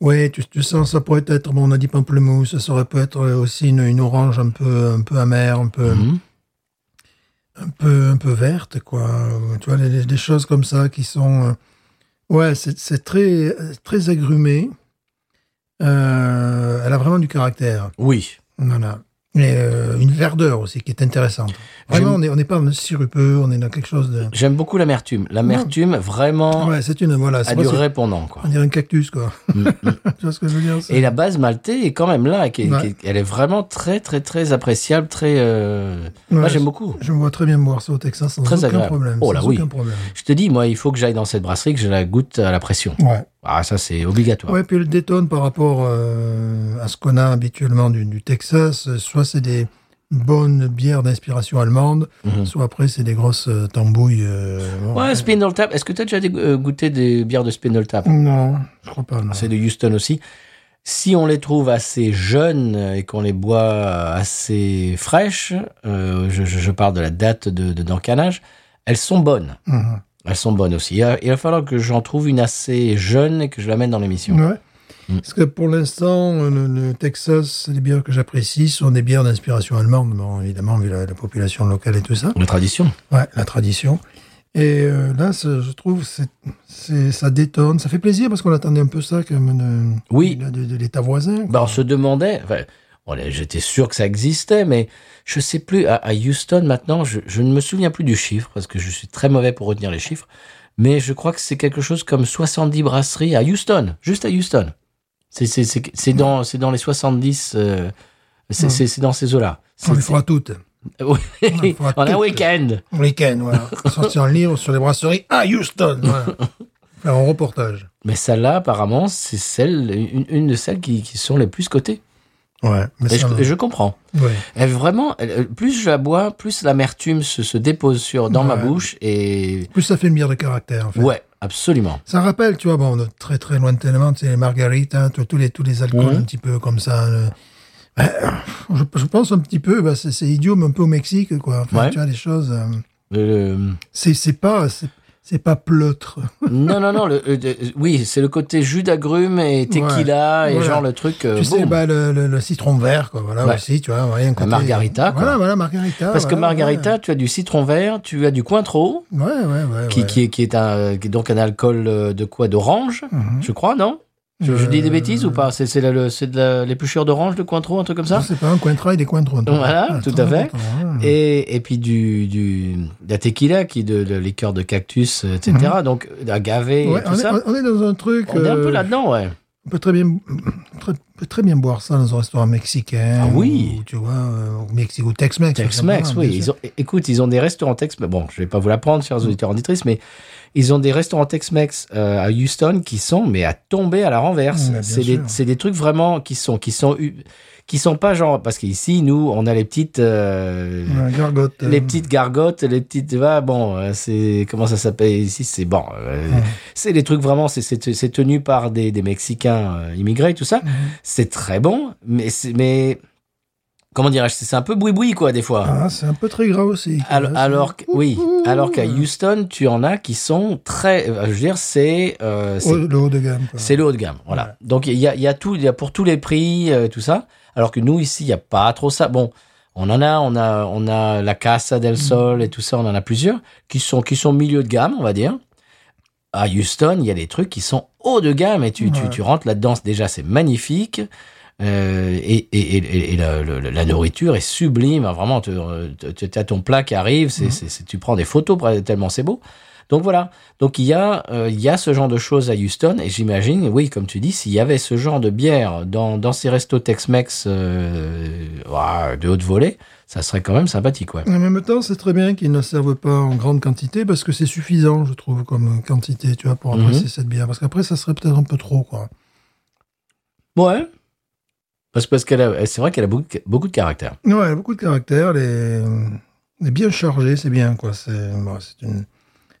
B: ouais, tu, tu sens, ça pourrait être. Bon, on a dit pamplemousse, ça aurait pu être aussi une, une orange un peu, un peu amère, un peu,
A: Mhm.
B: un peu, un peu verte, quoi. Tu vois, des, des choses comme ça qui sont. euh, ouais, c'est c'est très, très agrumé. Euh, elle a vraiment du caractère.
A: Oui.
B: Voilà. Et euh, une verdeur aussi qui est intéressante. Vraiment,
A: J'aime-
B: on n'est on n'est pas un sirupeux, on est dans quelque chose de.
A: J'aime beaucoup l'amertume. L'amertume, vraiment,
B: Ouais, c'est une. Voilà,
A: a
B: c'est
A: du
B: pas- c'est-
A: répondant. Quoi.
B: on dirait un cactus, quoi. *laughs* tu vois ce que je veux dire c'est-
A: Et la base maltée est quand même là. qui est-
B: Ouais.
A: qui est- elle est vraiment très, très, très appréciable. Très, euh, Moi,
B: Ouais,
A: j'aime beaucoup.
B: Je me vois très bien boire ça au Texas sans
A: Très
B: aucun
A: agréable.
B: problème.
A: Oh là,
B: sans
A: oui.
B: aucun problème.
A: Je te dis, moi, il faut que j'aille dans cette brasserie, que je la goûte à la pression.
B: Ouais.
A: Ah, ça, c'est obligatoire.
B: Ouais, puis le détonne par rapport euh, à ce qu'on a habituellement du, du Texas. euh, Soit c'est des bonnes bières d'inspiration allemande,
A: Mhm.
B: soit après c'est des grosses euh, tambouilles. euh, bon.
A: Ouais, Spindle Tap. Est-ce que tu as déjà dé- euh, goûté des bières de Spindle Tap
B: Non, je crois pas. non.
A: C'est de Houston aussi. Si on les trouve assez jeunes et qu'on les boit assez fraîches, euh, je, je- je parle de la date de, de d'encanage, elles sont bonnes.
B: Mhm.
A: Elles sont bonnes aussi. Il va, il va falloir que j'en trouve une assez jeune et que je la mette dans l'émission.
B: Ouais.
A: Mm.
B: Parce que pour l'instant, euh, le, le Texas, les bières que j'apprécie sont des bières d'inspiration allemande, bon, évidemment, vu la, la population locale et tout ça,
A: La tradition.
B: ouais, la tradition. Et euh, là, ça, je trouve, c'est, c'est- ça détonne, ça fait plaisir parce qu'on attendait un peu ça comme de,
A: Oui.
B: de, de- de l'État voisin.
A: Bah, on se demandait. enfin, on est- J'étais sûr que ça existait, mais je sais plus. À, à Houston, maintenant, je, je ne me souviens plus du chiffre parce que je suis très mauvais pour retenir les chiffres. Mais je crois que c'est quelque chose comme 70 brasseries à Houston, juste à Houston. C'est- C'est c'est- c'est dans, c'est dans les 70. euh, c'est- c'est c'est dans ces eaux-là.
B: on
A: C'est-
B: les fera toutes.
A: c'est- Oui. *laughs*
B: on les fera
A: en un
B: toutes.
A: week-end.
B: Week-end, *laughs* voilà. Sortir un livre sur les brasseries à Houston.
A: *laughs*
B: Voilà. Faire un reportage.
A: Mais celle-là, apparemment, c'est celle, une, une de celles qui, qui sont les plus cotées.
B: Ouais, mais
A: Et
B: ça,
A: je- et je comprends.
B: ouais.
A: Elle vraiment, elle- elle- plus je la bois, plus l'amertume se, se dépose sur dans ma
B: Ouais.
A: bouche et
B: Plus ça fait une bière de caractère, en fait.
A: ouais, absolument.
B: Ça rappelle, tu vois, bon, de très très lointainement, tu sais, les margaritas, hein, tous tous les, tous les alcools
A: Mhm.
B: un petit peu comme ça. euh, ben, je, je pense un petit peu, ben, c'est, c'est idiome un peu au Mexique, quoi. Enfin,
A: Ouais.
B: *laughs* Tu vois, les choses. euh,
A: Euh,
B: c'est, c'est pas. C'est, c'est pas pleutre.
A: non, non, non. le- euh, de- oui, c'est le côté jus d'agrumes et tequila et
B: Ouais, voilà.
A: genre le truc. euh,
B: tu sais,
A: boum.
B: bah, le, le- le citron vert, quoi, voilà
A: Ouais.
B: aussi, tu vois, ouais, un côté- euh,
A: margarita, quoi.
B: Voilà, voilà, margarita.
A: Parce que
B: voilà,
A: margarita, tu as du citron vert, tu as du cointreau,
B: Ouais, ouais, ouais. ouais,
A: qui,
B: ouais.
A: qui est, qui est un, qui est donc un alcool euh, de quoi D'orange,
B: Mhm. Euh,
A: je crois, non je, je dis des bêtises ou pas C'est c'est la- le- c'est de la- l'épluchure d'orange, de cointreau, un truc comme ça
B: Je sais pas, un cointra et des cointrons. Ah,
A: Voilà, tout à fait.
B: Et...
A: et, et puis du, du, de la tequila, qui est de, de liqueur de cactus, euh, etc. Donc, agave et
B: Mm. on,
A: tout
B: est,
A: ça.
B: on- on est dans un truc.
A: On est un peu
B: euh,
A: là-dedans, ouais.
B: On peut très bien, très, peut très bien boire ça dans un restaurant mexicain.
A: Ah oui.
B: ou, tu vois, euh, au Mexique ou Tex-Mex.
A: Tex-Mex,
B: etc.
A: oui.
B: Bien
A: Ils
B: sûr. Mm.
A: ont, é- écoute, ils ont des restaurants Tex-Mex. Bon, je vais pas vous l'apprendre, chers auditeurs auditrices, mais ils ont des restaurants Tex-Mex euh, à Houston qui sont, mais à tomber à la renverse.
B: Mm, bah, bien
A: c'est des,
B: sûr.
A: c'est des trucs vraiment qui sont, qui sont, u- qui sont pas genre, parce qu'ici, nous, on a les petites, euh,
B: Ouais, gargote,
A: les
B: euh,
A: petites gargotes, les petites, tu vois, bon, euh, c'est, comment ça s'appelle ici? C'est bon. euh,
B: Ouais.
A: C'est des trucs vraiment, c'est- c'est c'est tenu par des, des Mexicains euh, immigrés, tout ça.
B: Mhm.
A: C'est très bon, mais, c'est- mais, comment dirais-je, c'est c'est un peu boui-boui, quoi, des fois.
B: Ah, c'est un peu très gras aussi. quoi.
A: Alors,
B: C'est-
A: alors que- oui,
B: Ouh,
A: alors qu'à
B: euh,
A: Houston, tu en as qui sont très, euh, je veux dire, c'est euh, c'est-
B: haut- le haut de gamme. quoi.
A: c'est le haut de gamme, voilà.
B: Ouais.
A: Donc il y a, il y a tout, il y a pour tous les prix, euh, tout ça. Alors que nous ici, il y a pas trop ça. Bon, on en a, on a, on a la Casa
B: Mm.
A: del Sol et tout ça, on en a plusieurs qui sont qui sont milieu de gamme, on va dire. À Houston, il y a des trucs qui sont haut de gamme et tu tu,
B: Ouais.
A: tu rentres là-dedans, c'est- déjà c'est magnifique. Euh, et et, et, et- et la, le- la nourriture est sublime, hein, vraiment. Tu as ton plat qui arrive, c'est,
B: Mm.
A: c'est- c'est- tu prends des photos tellement c'est beau. Donc voilà. Donc il y a euh, il y a ce genre de choses à Houston et j'imagine, oui, comme tu dis, s'il y avait ce genre de bière dans, dans ces restos Tex-Mex euh, ouah, de haute volée, ça serait quand même sympathique, ouais.
B: En même temps, c'est très bien qu'ils ne servent pas en grande quantité parce que c'est suffisant, je trouve, comme quantité, tu vois, pour
A: Mhm.
B: apprécier cette bière. Parce qu'après, ça serait peut-être un peu trop, quoi.
A: Ouais. Parce, parce qu'elle a- c'est vrai qu'elle a beaucoup, beaucoup de caractère.
B: Ouais, beaucoup de caractère, les, les bien chargé, c'est bien, quoi. C'est, bon, c'est une,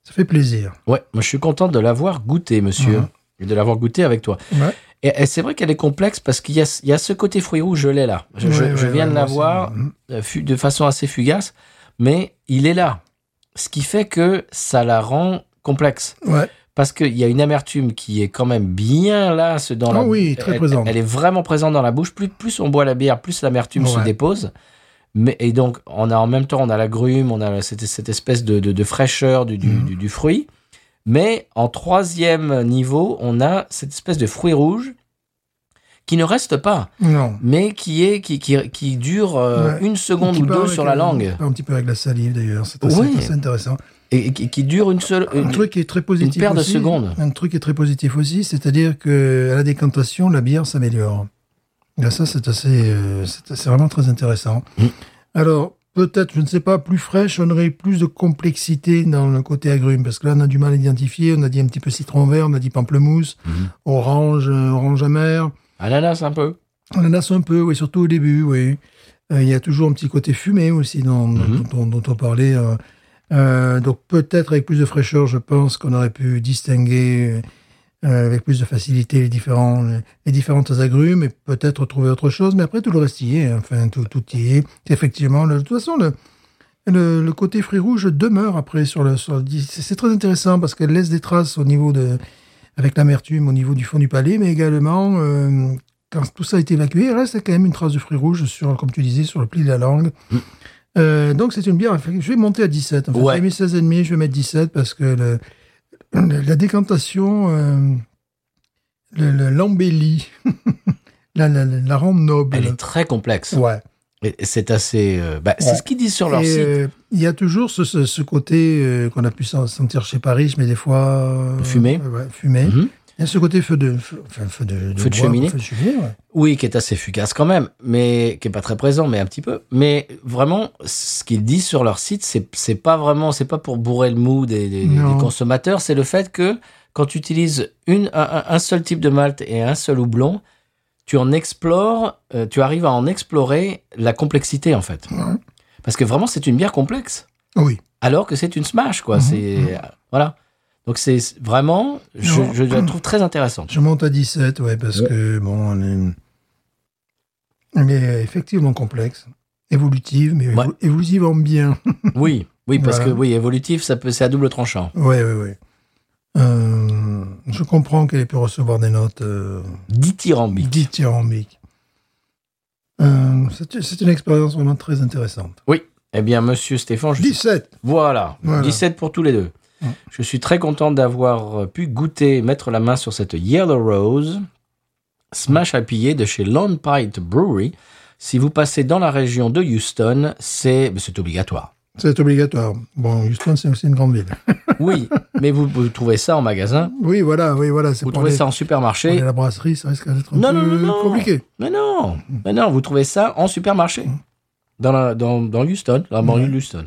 B: ça fait plaisir.
A: Ouais, moi je suis content de l'avoir goûté, monsieur.
B: Mhm.
A: Et de l'avoir goûté avec toi.
B: Ouais.
A: Et, et c'est vrai qu'elle est complexe parce qu'il y a, il y a ce côté fruit rouge, je l'ai là. Je, je-
B: Ouais,
A: je
B: ouais,
A: viens de
B: ouais, moi aussi.
A: l'avoir
B: Mhm.
A: euh, fu- de façon assez fugace, mais il est là. Ce qui fait que ça la rend complexe.
B: Ouais.
A: Parce qu'il y a une amertume qui est quand même bien là ce- dans
B: Ah
A: la
B: oui, très
A: elle,
B: présente.
A: Elle est vraiment présente dans la bouche. Plus, plus on boit la bière, plus l'amertume se
B: Ouais.
A: dépose. Mais, et donc, on a en même temps, on a l'agrume, on a cette, cette espèce de, de- de fraîcheur du, du-
B: Mhm.
A: du- du fruit. Mais en troisième niveau, on a cette espèce de fruit rouge qui ne reste pas,
B: Non.
A: mais qui, est, qui, qui, qui dure euh,
B: Ouais.
A: une seconde
B: Qui
A: ou
B: part
A: deux
B: avec,
A: sur la
B: euh,
A: langue.
B: qui part Un petit peu avec la salive, d'ailleurs. C'est assez,
A: Oui.
B: assez intéressant.
A: Et, et qui, qui dure une seule.
B: Un
A: une-
B: truc qui est très positif
A: paire de
B: aussi-
A: secondes.
B: Un truc qui est très positif aussi, c'est-à-dire que à la décantation, la bière s'améliore. Là, ça, c'est assez, euh, c'est c'est vraiment très intéressant.
A: Mm.
B: Alors, peut-être, je ne sais pas, plus fraîche, on aurait plus de complexité dans le côté agrumes, parce que là, on a du mal à identifier. On a dit un petit peu citron vert, on a dit pamplemousse,
A: Mhm.
B: orange, euh, orange amère.
A: Ananas un peu.
B: Ananas un peu, oui, surtout au début, oui. Euh, Il y a toujours un petit côté fumé aussi dont,
A: Mhm.
B: dont- dont on parlait. euh. Euh, donc peut-être avec plus de fraîcheur, je pense qu'on aurait pu distinguer euh, avec plus de facilité les, différents, les différentes agrumes et peut-être trouver autre chose. Mais après, tout le reste y est. Enfin, tout, tout y est. Effectivement, le- de toute façon, le, le, le côté fruit rouge demeure après sur le... Sur le dis- c'est c'est très intéressant parce qu'elle laisse des traces au niveau de... avec l'amertume au niveau du fond du palais, mais également... euh, quand tout ça a été évacué, il reste quand même une trace de fruits rouges sur, comme tu disais, sur le pli de la langue. Euh, donc c'est une bière. Je vais monter à 17. En fait,
A: Ouais.
B: J'ai mis 16,5, je vais mettre 17 parce que le- le- la décantation euh, le- le- l'embellit, *laughs* la, la, la- la rend noble.
A: Elle est très complexe.
B: Ouais.
A: Et C'est assez. euh, bah, C'est
B: Ouais.
A: ce qu'ils disent sur leur
B: Et,
A: site.
B: euh, il y a toujours ce, ce- ce côté euh, qu'on a pu sen- sentir chez Paris, mais des fois euh,
A: Fumé.
B: ouais, fumé.
A: Mhm.
B: Il y a ce côté feu de feu, enfin, feu de,
A: Feu de
B: bois,
A: cheminée.
B: Feu de cheminée. ouais.
A: Oui, qui est assez fugace quand même, mais qui est pas très présent, mais un petit peu. Mais vraiment, ce qu'ils disent sur leur site, c'est c'est pas vraiment, c'est pas pour bourrer le mou des, des- des
B: Non.
A: consommateurs, c'est le fait que quand tu utilises une, un, un- un seul type de malt et un seul houblon, tu en explores, euh, tu arrives à en explorer la complexité en fait.
B: Ouais.
A: Parce que vraiment, c'est une bière complexe,
B: Oui.
A: alors que c'est une smash quoi.
B: Mhm,
A: C'est voilà. Donc c'est vraiment, je,
B: Non.
A: je la trouve très intéressante.
B: Je monte à 17, ouais, parce
A: Ouais.
B: que, bon, elle est, elle est effectivement complexe. Évolutive, mais évo-
A: Ouais.
B: évolutive en bien.
A: Oui, Oui, parce
B: Voilà.
A: que oui, évolutif, ça peut, c'est à double tranchant.
B: Oui, oui, oui. Euh, je comprends qu'elle ait pu recevoir des notes euh,
A: Dithyrambique.
B: dithyrambiques. Euh, c'est c'est une expérience vraiment très intéressante.
A: Oui. Eh bien, monsieur Stéphane, je suis-
B: 17
A: Voilà.
B: Voilà.
A: 17 pour tous les deux.
B: Mm.
A: Je suis très content d'avoir pu goûter, mettre la main sur cette Yellow Rose Smash à piller de chez Lone Pite Brewery. Si vous passez dans la région de Houston, c'est c'est obligatoire.
B: C'est obligatoire. Bon, Houston, c'est aussi une grande ville. *laughs*
A: Oui, mais vous, vous trouvez ça en magasin,
B: Oui, voilà, oui, voilà. C'est
A: vous
B: pour
A: trouvez
B: les-
A: ça en
B: pour les
A: supermarché.
B: la brasserie, ça risque d'être un
A: Non,
B: peu
A: non, non, non.
B: compliqué.
A: Mais non, mais non, vous trouvez ça en supermarché dans, la- dans, dans Houston, dans la banlieue de Houston.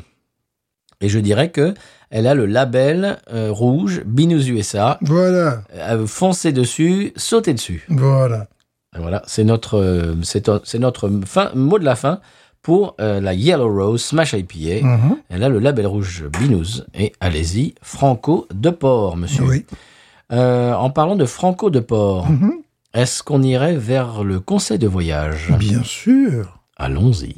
A: Et je dirais que elle a le label euh, rouge Binous USA
B: Voilà,
A: Euh, foncez dessus, sautez dessus.
B: voilà.
A: Et Voilà, c'est notre, euh, c'est c'est notre fin, mot de la fin pour euh, la Yellow Rose Smash IPA.
B: Mhm.
A: Elle a le label rouge Binous. Et allez-y, Franco de Port, monsieur.
B: Oui.
A: Euh, en parlant de Franco de Port,
B: Mhm.
A: est-ce qu'on irait vers le conseil de voyage
B: Bien sûr.
A: Allons-y.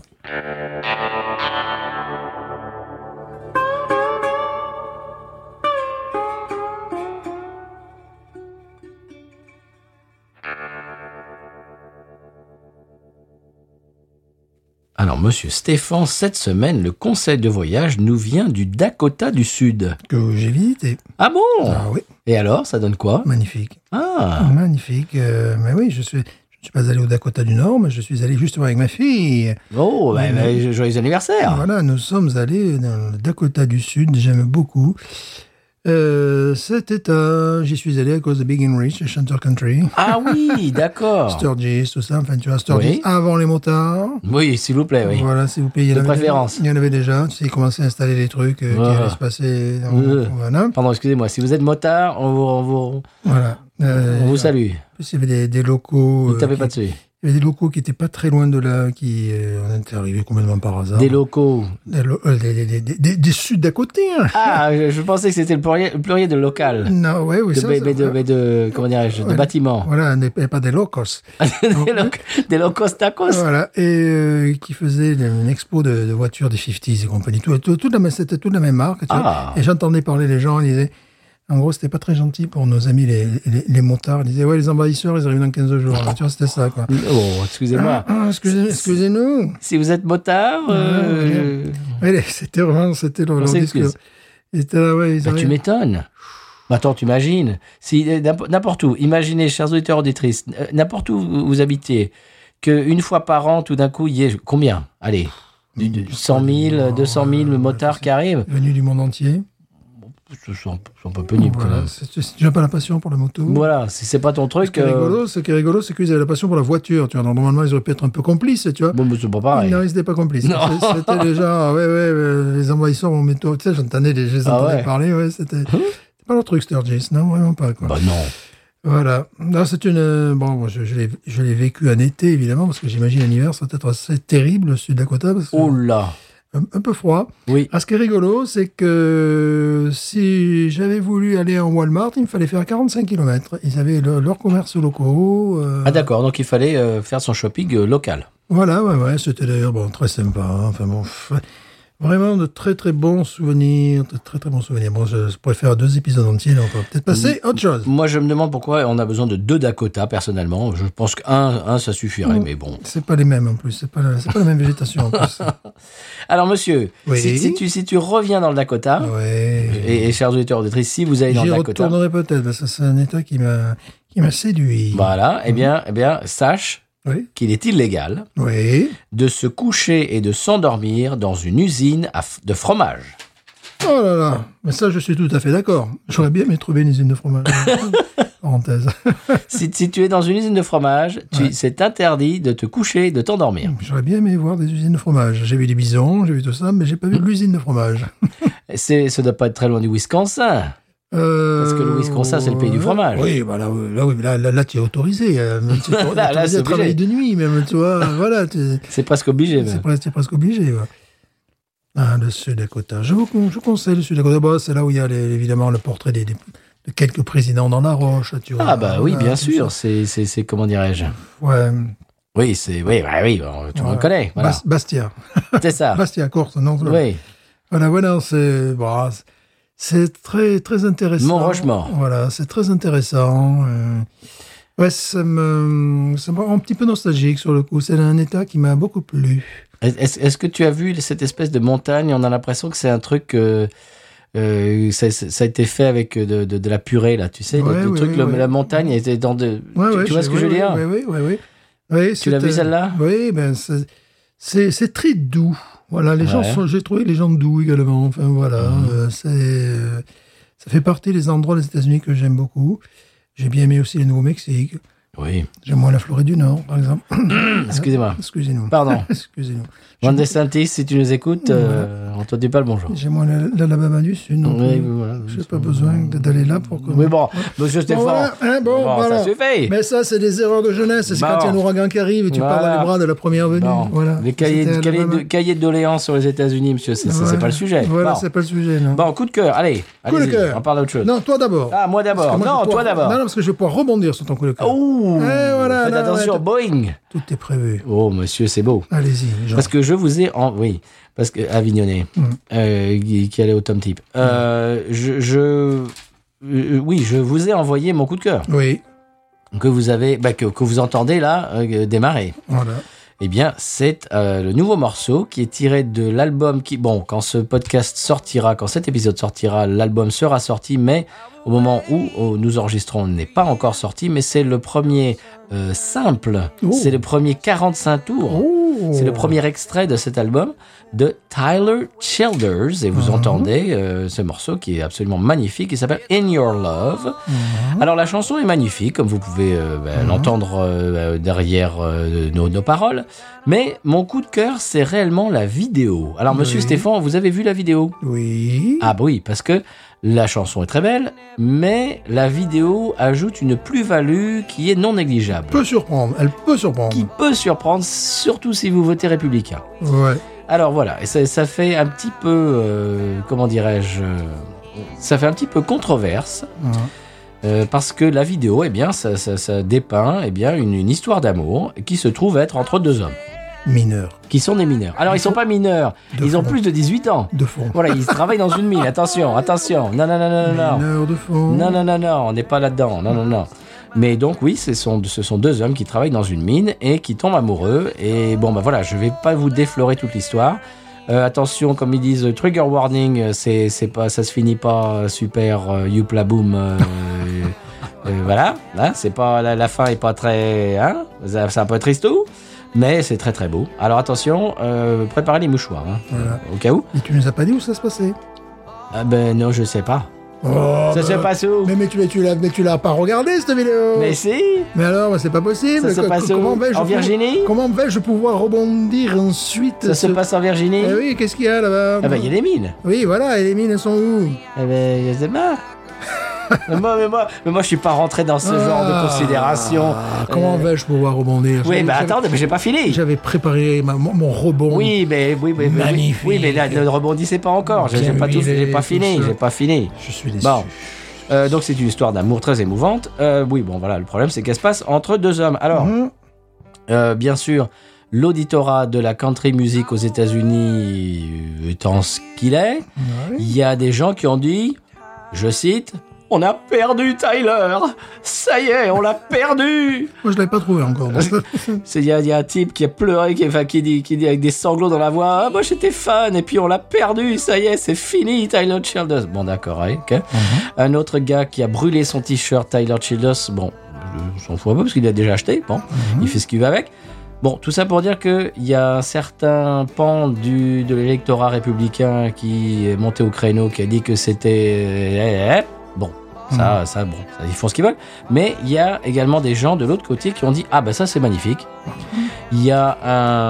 A: Alors, monsieur Stéphane, cette semaine, le conseil de voyage nous vient du Dakota du Sud.
B: Que j'ai visité.
A: Ah bon
B: Ah oui,
A: Et alors, ça donne quoi
B: magnifique.
A: Ah
B: Magnifique. Euh, mais oui, je suis. Je ne suis pas allé au Dakota du Nord, mais je suis allé justement avec ma fille.
A: Oh, bah,
B: Oui,
A: bah, joyeux anniversaire
B: Voilà, nous sommes allés dans le Dakota du Sud, j'aime beaucoup. Euh, C'était un... J'y suis allé à cause de Big and Rich, le chanteur country.
A: Ah oui,
B: *laughs*
A: d'accord
B: Sturgis, tout ça, enfin tu vois, Sturgis
A: Ah. Oui.
B: avant les motards.
A: Oui, s'il vous plaît, oui.
B: Voilà, si vous payez
A: De
B: la
A: préférence.
B: Il y en avait déjà, tu sais, ils commençaient à installer les trucs euh,
A: Voilà.
B: qui allaient se passer. dans-
A: Euh.
B: Voilà.
A: Pardon, excusez-moi, si vous êtes motard, on vous, on vous,
B: voilà. Euh,
A: on vous salue.
B: En plus, il y avait des, des locaux.
A: Ne
B: euh,
A: tapez
B: qui-
A: pas dessus.
B: Il y avait des locaux qui étaient pas très loin de là, qui. euh, on était arrivés complètement par hasard.
A: Des locaux.
B: Des, lo- euh, des, des- des- des- des sud d'à côté. hein.
A: Ah, je, je pensais que c'était le pluriel, le pluriel de local.
B: Non, ouais, oui,
A: De,
B: ça,
A: ba-
B: ça-
A: ba- de, ba- de- comment dirais-je, de
B: Ouais.
A: bâtiment.
B: Voilà, des- et pas des
A: *laughs*
B: locos.
A: des, loc- des locos tacos.
B: Voilà, et euh, qui faisait une expo de, de voitures des 50s et compagnie. Tout, tout, tout la, même- c'était toute la même marque. tu vois.
A: Ah.
B: Et j'entendais parler les gens, ils disaient. En gros, c'était pas très gentil pour nos amis les, les, les montards. Ils disaient, ouais, les envahisseurs, ils arrivent dans 15 jours. tu vois, c'était ça, quoi.
A: Oh, *laughs* excusez-moi.
B: Ah, excusez, excusez-nous.
A: Si vous êtes motard, euh,
B: Ouais, les- c'était vraiment, c'était leur,
A: On
B: leur discours.
A: s'excuse.
B: Ils étaient là, ouais, ils
A: bah, tu
B: arrivent.
A: m'étonnes. Bah, Attends, tu imagines. Si, euh, n'imp- n'importe où, imaginez, chers auditeurs, auditrices, euh, n'importe où vous vous habitiez, qu'une fois par an, tout d'un coup, il y ait combien Allez, du- du- 100 000, 200 000 motards qui arrivent.
B: Venus du monde entier.
A: Ce sont, sont un peu pénibles quand
B: Voilà, Mmh.
A: même.
B: c'est, c'est déjà pas la passion pour la moto.
A: Voilà, si c'est pas ton
B: ce,
A: truc.
B: qui est
A: euh,
B: rigolo, ce qui est rigolo, c'est qu'ils avaient la passion pour la voiture. Tu vois, Donc, normalement, ils auraient pu être un peu complices, tu vois.
A: Bon, mais c'est pas pareil.
B: Non, ils n'étaient pas complices.
A: Ah, Non.
B: C'est- C'était déjà, ouais, ouais, euh, les envahisseurs vont mettre. Tu sais, j'entendais les, je les
A: Ah
B: entendais
A: ouais. Hein
B: parler, ouais, c'était. c'était pas leur truc, Sturgis, non, vraiment pas, quoi.
A: Bah non.
B: Voilà. Non, c'est une. euh, Bon, moi, je, je l'ai- je l'ai vécu en été, évidemment, parce que j'imagine l'hiver, ça va être assez terrible, le Sud-Dakota, parce que
A: Oh là.
B: un, un peu froid.
A: Oui.
B: Ah, ce qui est rigolo, c'est que euh, si j'avais voulu aller en Walmart, il me fallait faire 45 km. Ils avaient le- leurs commerces locaux. euh,
A: Ah d'accord, donc il fallait euh, faire son shopping euh, local.
B: Voilà, ouais, ouais, c'était d'ailleurs bon, très sympa. hein. Enfin bon, pff, vraiment de très très bons souvenirs, de très très bons souvenirs. Bon, je, je pourrais faire deux épisodes entiers, là, on va peut-être passer à autre chose.
A: Moi, je me demande pourquoi on a besoin de deux Dakota, personnellement. Je pense qu'un, un, ça
B: Mmh.
A: suffirait, mais bon.
B: C'est pas les mêmes en plus, c'est pas, la- c'est pas la même végétation en plus.
A: Alors, monsieur,
B: Oui.
A: si, si tu, si tu reviens dans le Dakota,
B: Ouais.
A: et, et chers auditeurs auditrices, si vous allez dans
B: J'y
A: le Dakota,
B: retournerai peut-être, parce que c'est un état qui m'a qui m'a séduit.
A: voilà,
B: Mmh.
A: eh bien, eh bien, sache
B: Oui.
A: qu'il est illégal
B: Oui.
A: de se coucher et de s'endormir dans une usine à f- de fromage.
B: Oh là là, mais ça je suis tout à fait d'accord. J'aurais bien aimé trouver une usine de fromage. Parenthèse.
A: si, si tu es dans une usine de fromage, tu-
B: Ouais.
A: c'est interdit de te coucher et de t'endormir.
B: J'aurais bien aimé voir des usines de fromage. J'ai vu des bisons, j'ai vu tout ça, mais j'ai pas vu de l'usine de fromage.
A: C'est, ça doit pas être très loin du Wisconsin.
B: Parce
A: que le Wisconsin, c'est le pays du fromage.
B: Oui, bah là, oui, là, oui, là, là, là, tu es autorisé. euh, même
A: *laughs*
B: si tu es
A: Là, là,
B: autorisé
A: c'est
B: à travailler de
A: obligé.
B: nuit, même,
A: *laughs*
B: tu vois. voilà, tu-
A: C'est presque obligé. ben.
B: c'est
A: Même.
B: presque, t'es presque obligé. ouais. Ah, le Sud-Dakota. Je vous con- je vous conseille le Sud-Dakota. Bah, c'est là où il y a les- évidemment le portrait des, des- de quelques présidents dans la roche, tu vois.
A: Ah bah oui,
B: Voilà,
A: bien
B: tout
A: sûr. C'est, c'est, c'est- comment dirais-je
B: ça. Ouais.
A: Oui, c'est oui, bah oui, on- tu
B: Ouais. Bah,
A: me reconnais. Voilà. Ah.
B: Bas- Bastia.
A: C'est ça.
B: Bastia, Corse, non
A: Oui.
B: Voilà, Ah ben voilà, c'est bon, c'est- c'est très très intéressant.
A: Mont Rochemort.
B: Voilà, c'est très intéressant. euh, ouais, ça me ça me rend un petit peu nostalgique sur le coup. C'est un état qui m'a beaucoup plu.
A: Est-ce est-ce que tu as vu cette espèce de montagne On a l'impression que c'est un truc. euh, euh, ça, ça- ça a été fait avec euh, de, de- de la purée, là, tu sais. le-
B: Ouais,
A: le
B: ouais,
A: truc, le-
B: ouais.
A: la montagne, était dans de.
B: Ouais,
A: tu,
B: ouais,
A: tu vois ce que je veux dire
B: Oui, oui, oui, oui. Ouais,
A: Tu l'as
B: c'est,
A: vu,
B: euh,
A: celle-là
B: Oui, ben c'est- c'est c'est très doux. Voilà, les gens
A: Ouais. Mhm.
B: sont- j'ai trouvé les gens doux également. Enfin voilà, euh, c'est euh, ça fait partie des endroits des États-Unis que j'aime beaucoup. J'ai bien aimé aussi le Nouveau-Mexique.
A: Oui.
B: J'aime moins la Floride du Nord, par exemple.
A: *coughs* Excusez-moi.
B: Excusez-nous.
A: Pardon.
B: *laughs* Excusez-nous.
A: Juan DeSantis, si tu nous écoutes, euh, on te dit pas le bonjour.
B: J'ai moins la- l'Alabama du Sud. Non
A: Oui,
B: plus.
A: oui, voilà.
B: J'ai pas besoin de- d'aller là pour que.
A: Oui, bon, monsieur
B: Bon,
A: Stéphane.
B: voilà, hein, bon,
A: Bon,
B: voilà.
A: ça suffit.
B: Mais ça, c'est des erreurs de jeunesse. C'est
A: Bon.
B: quand il y a un ouragan qui arrive et tu pars
A: Voilà.
B: dans les bras de la première venue.
A: Bon.
B: Voilà.
A: Les cahiers,
B: C'était
A: cahiers de,
B: Alabama.
A: cahiers de doléances sur les États-Unis, monsieur, c'est c'est- c'est
B: Voilà.
A: pas le sujet.
B: Voilà,
A: bon.
B: c'est pas le sujet. Non,
A: Bon, coup de cœur, allez.
B: Coup de
A: allez-y,
B: cœur.
A: On parle d'autre chose.
B: non toi d'abord.
A: Ah, moi
B: Parce
A: d'abord.
B: que moi, je
A: Non, toi
B: vais pouvoir-
A: d'abord.
B: Non, non, parce que je vais pouvoir rebondir sur ton coup de cœur.
A: Oh
B: Eh, voilà,
A: Faites
B: là,
A: attention,
B: ouais,
A: Boeing
B: Tout est prévu.
A: Oh, monsieur, c'est beau.
B: Allez-y. Jean.
A: Parce que je vous ai... En... Oui, parce que... Avignonnet,
B: Mm.
A: euh, qui, qui allait au Tom Tip. Euh, je... je- euh, oui, je vous ai envoyé mon coup de cœur
B: Oui,
A: que vous avez, bah, que, que vous entendez là euh, démarrer.
B: voilà.
A: Eh bien, c'est euh, le nouveau morceau qui est tiré de l'album qui, bon, quand ce podcast sortira, quand cet épisode sortira, l'album sera sorti, mais au moment où oh, nous enregistrons n'est pas encore sorti, mais c'est le premier euh, simple,
B: Oh.
A: c'est le premier 45 tours.
B: Oh.
A: C'est le premier extrait de cet album de Tyler Childers et vous entendez euh, ce morceau qui est absolument magnifique qui s'appelle In Your Love.
B: Mhm.
A: Alors la chanson est magnifique comme vous pouvez euh, bah, l'entendre euh, euh, derrière euh, nos, nos paroles, mais mon coup de cœur c'est réellement la vidéo. Alors Monsieur
B: Oui.
A: Stéphane, vous avez vu la vidéo
B: Oui.
A: ah bah oui, parce que la chanson est très belle, mais la vidéo ajoute une plus-value qui est non négligeable,
B: Peut surprendre. Elle peut surprendre.
A: qui peut surprendre, surtout si vous votez républicain.
B: Ouais.
A: Alors voilà, et ça, ça fait un petit peu, euh, comment dirais-je, euh, ça fait un petit peu controverse
B: Voilà.
A: euh, parce que la vidéo, eh bien, ça, ça- ça dépeint, eh bien, une, une histoire d'amour qui se trouve être entre deux hommes
B: Mineur.
A: qui sont des mineurs. Alors ils sont pas mineurs,
B: De
A: ils ont
B: fond.
A: plus de 18 ans.
B: De fond.
A: Voilà, ils travaillent dans une mine. Attention, attention. Non, non, non, non, non, non.
B: Mineur de fond.
A: Non, non, non, non, on n'est pas là-dedans. Non, non, non. Mais donc oui, ce sont, ce sont deux hommes qui travaillent dans une mine et qui tombent amoureux. Et bon, bah voilà, je vais pas vous déflorer toute l'histoire. Euh, attention, comme ils disent, euh, trigger warning, euh, c'est, c'est pas, ça se finit pas euh, super, euh, youpla boom.
B: *laughs*
A: euh, euh, voilà, hein, c'est pas, la, la fin est pas très, hein, ça- c'est un peu tristou, mais c'est très très beau. Alors attention, euh, préparez les mouchoirs, hein,
B: Voilà.
A: au cas où.
B: Et tu nous as pas dit où ça se passait
A: Ah ben non, je sais pas.
B: Oh,
A: ça
B: bah,
A: se passe où
B: Mais, mais tu l'as, tu l'as, mais tu l'as pas regardé cette vidéo.
A: Mais si
B: Mais alors, bah, c'est pas possible.
A: Ça se
B: Co-
A: passe
B: comment
A: où
B: vais-je
A: En
B: pouvoir-
A: Virginie
B: Comment vais-je pouvoir rebondir ensuite
A: Ça se
B: ce-
A: passe en Virginie
B: Eh oui, qu'est-ce qu'il y a là-bas
A: Ah ben, il y a des mines
B: Oui, voilà, et les mines elles sont où
A: Eh ben, je sais
B: *laughs*
A: pas mais, moi, mais, moi, mais moi, je suis pas rentré dans ce genre de
B: Ah,
A: considération.
B: Comment
A: Euh,
B: vais-je pouvoir rebondir
A: Oui,
B: J'avais-
A: mais
B: j'avais-
A: attends, mais j'ai pas fini
B: J'avais préparé ma- mon, mon rebond.
A: Oui, mais oui, oui, oui, oui,
B: Magnifique.
A: oui, mais là, ne rebondissez pas encore. J'ai j'ai pas, tout,
B: Bien
A: j'ai pas
B: huilé,
A: fini,
B: tout ça.
A: j'ai pas fini.
B: Je suis déçu.
A: Bon. Euh, donc c'est une histoire d'amour très émouvante. Euh, oui, bon voilà, le problème c'est qu'elle se passe entre deux hommes. Alors,
B: Mhm.
A: Euh, bien sûr, l'auditorat de la country music aux États-Unis euh, étant ce qu'il est,
B: Ouais.
A: il y a des gens qui ont dit, je cite, on a perdu Tyler, ça y est, on l'a perdu.
B: Moi, je l'avais pas
A: *laughs*
B: trouvé encore. donc-
A: C'est- Il y, a- il y a un type qui a pleuré, qui, enfin, qui dit, qui dit avec des sanglots dans la voix, ah, moi j'étais fan et puis on l'a perdu, ça y est, c'est fini, Tyler Childers. Bon d'accord, ouais, ok. Un autre gars qui a brûlé son t-shirt Tyler Childers, bon, on s'en fout un peu parce qu'il l'a déjà acheté, bon, il fait ce qu'il veut avec. Bon, tout ça pour dire qu'il y a un certain pan du, de l'électorat républicain qui est monté au créneau, qui a dit que c'était... eh, Bon, ça, ça, bon, ça, ils font ce qu'ils veulent. Mais il y a également des gens de l'autre côté qui ont dit, ah bah ça c'est magnifique. Il y a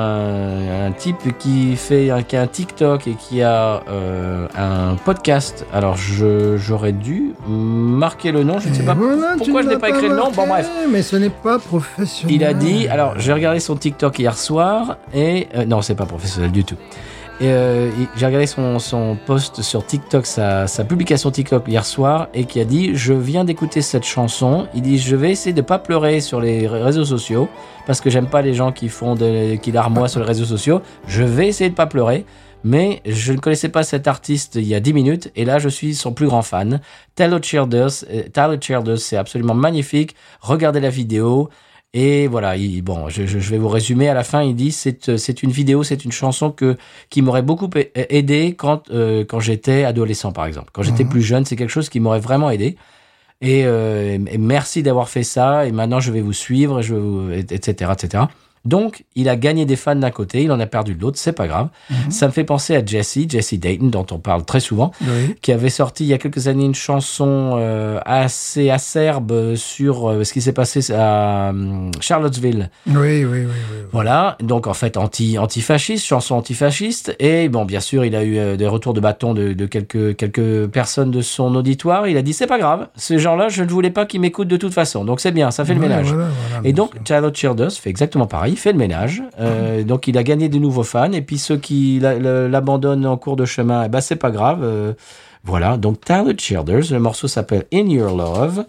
A: un, un type qui fait un, qui a un TikTok et qui a euh, un podcast. Alors je- j'aurais dû marquer le nom, je ne sais
B: Et
A: pas
B: voilà, tu
A: pourquoi je
B: ne
A: n'ai
B: l'as
A: pas écrit le nom. Bon
B: marqué,
A: bref.
B: Mais ce n'est pas professionnel.
A: Il a dit, alors j'ai regardé son TikTok hier soir et euh, non c'est pas professionnel du tout. Et euh, il- j'ai regardé son, son post sur TikTok, sa, sa publication TikTok hier soir et qui a dit je viens d'écouter cette chanson. Il dit je vais essayer de pas pleurer sur les ré- réseaux sociaux parce que j'aime pas les gens qui font de, qui larmoient sur les réseaux sociaux. Je vais essayer de pas pleurer. mais je ne connaissais pas cet artiste il y a 10 minutes et là je suis son plus grand fan. Tyler Childers, euh, Tyler Childers, c'est absolument magnifique. Regardez la vidéo. Et voilà, il- bon, je, je- je vais vous résumer. À la fin, il dit c'est euh, c'est une vidéo, c'est une chanson que qui m'aurait beaucoup a- aidé quand euh, quand j'étais adolescent, par exemple. Quand j'étais
B: Mhm.
A: plus jeune, c'est quelque chose qui m'aurait vraiment aidé. Et, euh, et merci d'avoir fait ça. Et maintenant, je vais vous suivre, et je vais vous, et- etc., etc. Donc, il a gagné des fans d'un côté, il en a perdu de l'autre. C'est pas grave. Ça me fait penser à Jesse, Jesse Dayton, dont on parle très souvent,
B: Oui.
A: qui avait sorti il y a quelques années une chanson euh, assez acerbe sur euh, ce qui s'est passé à euh, Charlottesville.
B: Oui, oui, oui, oui, oui.
A: Voilà, donc en fait anti antifasciste, chanson antifasciste. Et bon, bien sûr, il a eu euh, des retours de bâton de, de quelques quelques personnes de son auditoire. Il a dit c'est pas grave, ces gens-là, je ne voulais pas qu'ils m'écoutent de toute façon. Donc c'est bien, ça fait le
B: Voilà,
A: ménage.
B: voilà, voilà,
A: Et
B: Ah, bien
A: donc,
B: sûr. Mm-hmm.
A: Charlotte Childers fait exactement pareil, il fait le ménage. Euh, donc, il a gagné de nouveaux fans. Et puis, ceux qui la- la- l'abandonnent en cours de chemin, eh ben, c'est pas grave. Euh, voilà. Donc, Charlotte Childers, le morceau s'appelle In Your Love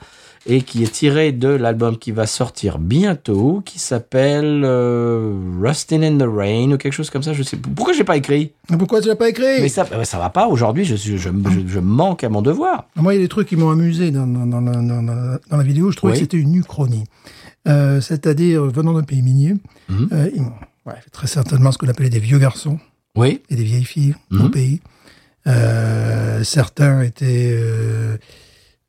A: et qui est tiré de l'album qui va sortir bientôt, qui s'appelle euh, Rustin in the Rain ou quelque chose comme ça. Je sais pourquoi j'ai pas écrit.
B: Pourquoi tu l'as pas écrit
A: Mais ça, bah, ça va pas. Aujourd'hui, je, suis- je, je- je manque à mon devoir.
B: Moi, il y a des trucs qui m'ont amusé dans, dans- dans la, dans la- dans la vidéo. Je trouvais
A: Oui.
B: que c'était une uchronie. Euh, C'est-à-dire, venant d'un pays minier,
A: Mhm.
B: euh, ils- ouais, très certainement ce qu'on appelait des vieux garçons
A: Oui.
B: et des vieilles filles au
A: Mhm.
B: pays. Euh, certains étaient euh,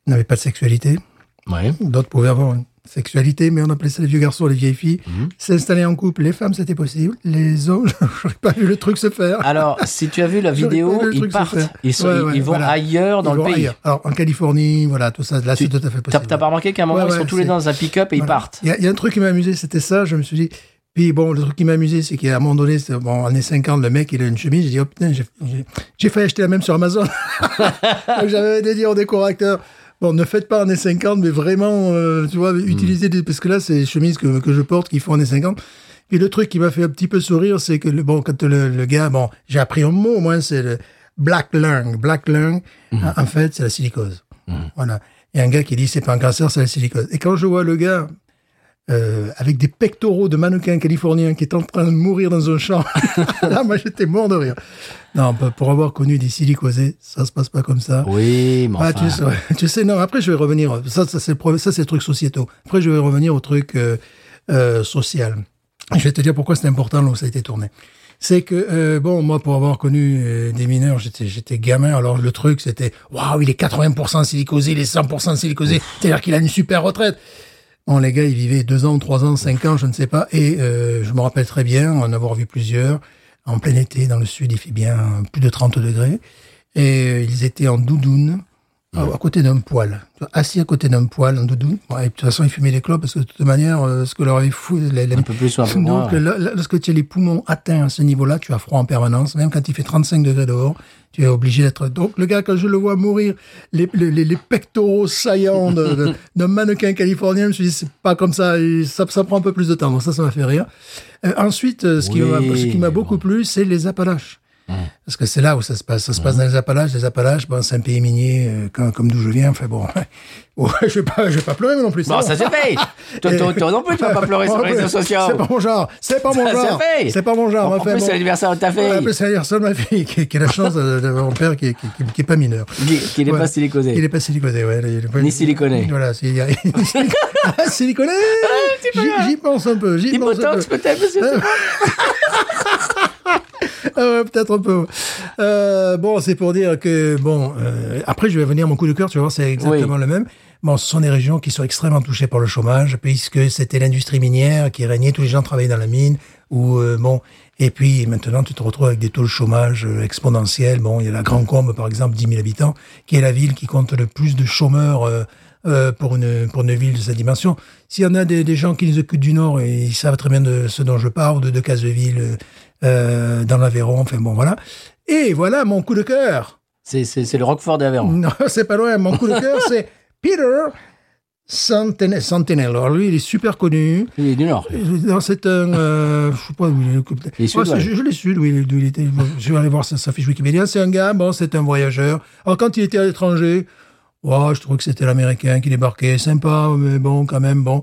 B: n'avaient pas de sexualité,
A: Ouais.
B: d'autres pouvaient avoir une sexualité, mais on appelait ça les vieux garçons, les vieilles filles.
A: Mhm.
B: S'installer en couple, les femmes c'était possible, les hommes, *laughs* j'aurais pas vu le truc se faire.
A: Alors, si tu as vu la
B: J'aurais
A: vidéo,
B: pas vu le
A: ils
B: truc se
A: partent.
B: faire.
A: Ils, sont-
B: Ouais,
A: ils-
B: ouais,
A: ils vont
B: voilà.
A: ailleurs dans
B: Ils
A: le
B: vont
A: pays.
B: ailleurs. Alors en Californie, voilà, tout ça, là
A: Tu-
B: c'est tout à
A: T'as
B: fait possible.
A: t'as pas remarqué qu'à un moment,
B: Ouais,
A: ils sont
B: ouais,
A: tous les
B: c'est-
A: deux dans un pick-up et ils
B: Voilà.
A: partent
B: Il y, a- il y a un truc qui m'a amusé, c'était ça. Je me suis dit. Puis bon, le truc qui m'a amusé, c'est qu'à un moment donné, c'est- bon, années 50, le mec, il a une chemise. J'ai dit, oh putain, j'ai- j'ai- j'ai failli acheter la même sur Amazon. Donc, J'avais de dire au décorateur, bon, ne faites pas années 50, mais vraiment, euh, tu vois, utilisez des. Parce que là, c'est les chemises que, que je porte qui font années 50. Puis le truc qui m'a fait un petit peu sourire, c'est que le, bon, quand le, le gars, bon, j'ai appris un mot, au moins, c'est le black lung. Black lung, en- en fait, c'est la silicose. Voilà. Il y a un gars qui dit, c'est pas un cancer, c'est la silicose. Et quand je vois le gars, euh, avec des pectoraux de mannequin californien qui est en train de mourir dans un champ. *laughs* Là, moi, j'étais mort de rire. Non, bah, pour avoir connu des silicosés, ça se passe pas comme ça.
A: Oui, mais
B: Ah,
A: enfin,
B: tu, sais, ouais, *laughs* tu sais, non, après, je vais revenir. Ça, ça c'est le problème- ça, c'est le truc sociétaux. Après, je vais revenir au truc euh, euh, social. Je vais te dire pourquoi c'est important là où ça a été tourné. C'est que, euh, bon, moi, pour avoir connu euh, des mineurs, j'étais, j'étais gamin. Alors, le truc, c'était, waouh, il est 80% silicosé, il est 100% silicosé. C'est-à-dire qu'il a une super retraite. Bon, les gars, ils vivaient deux ans, trois ans, cinq ans, je ne sais pas. Et euh, je me rappelle très bien en avoir vu plusieurs. En plein été, dans le sud, il fait bien euh, plus de 30 degrés. Et euh, ils étaient en doudoune, à, à côté d'un poêle. Tu vois, Assis à côté d'un poêle, en doudoune. Bon, et de toute façon, ils fumaient des clopes parce que de toute manière, euh, ce que leur avait fou... les- les-
A: un peu plus ou un peu moins.
B: donc, là, là, lorsque tu as les poumons atteints à ce niveau-là, tu as froid en permanence. Même quand il fait 35 degrés dehors, tu es obligé d'être. Donc, le gars, quand je le vois mourir, les, les, les- les pectoraux saillants
A: *laughs*
B: de- de- d'un mannequin californien, je me suis dit, c'est pas comme ça, et ça, ça prend un peu plus de temps. Donc, ça, ça m'a fait rire. Euh, ensuite, euh, ce qui
A: Oui, Hum.
B: m'a- ce qui m'a
A: mais
B: beaucoup
A: bon.
B: plu, c'est les Appalaches. Parce que c'est là où ça se passe. Ça se passe
A: Hum.
B: dans les Appalaches. Les Appalaches, bon, c'est un pays minier, euh, comme, comme d'où je viens. Enfin bon, *laughs* ouais, je vais pas, je vais pas pleurer non plus. c'est
A: Bon, ça se
B: *laughs*
A: paye toi, toi, toi non plus, tu vas pas pleurer sur les réseaux sociaux.
B: C'est pas mon genre. C'est pas mon
A: Ça se
B: genre.
A: fait.
B: C'est pas mon genre.
A: En
B: Enfin,
A: plus,
B: bon.
A: c'est l'anniversaire de ta fille.
B: Ouais, En plus, c'est l'anniversaire de ma fille qui, qui a la chance de- d'avoir un père qui, est- qui, qui- qui est pas mineur.
A: Qui- qui n'est pas silicosé.
B: Il est pas siliconé, ouais. Il est pas-
A: Ni siliconé.
B: Voilà. c'est- *laughs* ah, siliconé J'y- J'y pense un peu. J'y
A: Dis
B: pense un peu.
A: Botox peut-être, monsieur.
B: euh. *laughs* Ah ouais, peut-être un peu. Euh, bon, c'est pour dire que bon. euh, après, je vais venir à mon coup de cœur. Tu vas voir, c'est exactement le même. Bon, ce sont des régions qui sont extrêmement touchées par le chômage, puisque c'était l'industrie minière qui régnait. Tous les gens travaillaient dans la mine. Ou euh, bon. Et puis maintenant, tu te retrouves avec des taux de chômage euh, exponentiels. Bon, il y a la Grand Combe, par exemple, 10 000 habitants, qui est la ville qui compte le plus de chômeurs. euh, euh, pour une pour une ville de sa dimension. S'il y en a des, des gens qui nous écoutent du Nord et ils savent très bien de ce dont je parle, de, de Caseville, euh, euh, dans l'Aveyron, enfin bon voilà. Et voilà mon coup de cœur.
A: C'est- C'est c'est le Roquefort d'Aveyron.
B: Non, *laughs* c'est pas loin. Mon coup de cœur, c'est Peter Santene- Santinello. Alors lui, il est super connu.
A: Il est du Nord. lui.
B: Non, c'est un. euh, je sais pas où il est.
A: Il est
B: Ouais,
A: suédois,
B: c'est- je, je l'ai su, d'où il, d'où il était. Je vais aller voir sa, sa fiche Wikipédia. C'est un gars, bon, c'est un voyageur. Alors, quand il était à oh, l'étranger, ouais, je trouvais que c'était l'américain qui débarquait. Sympa, mais bon, quand même, bon.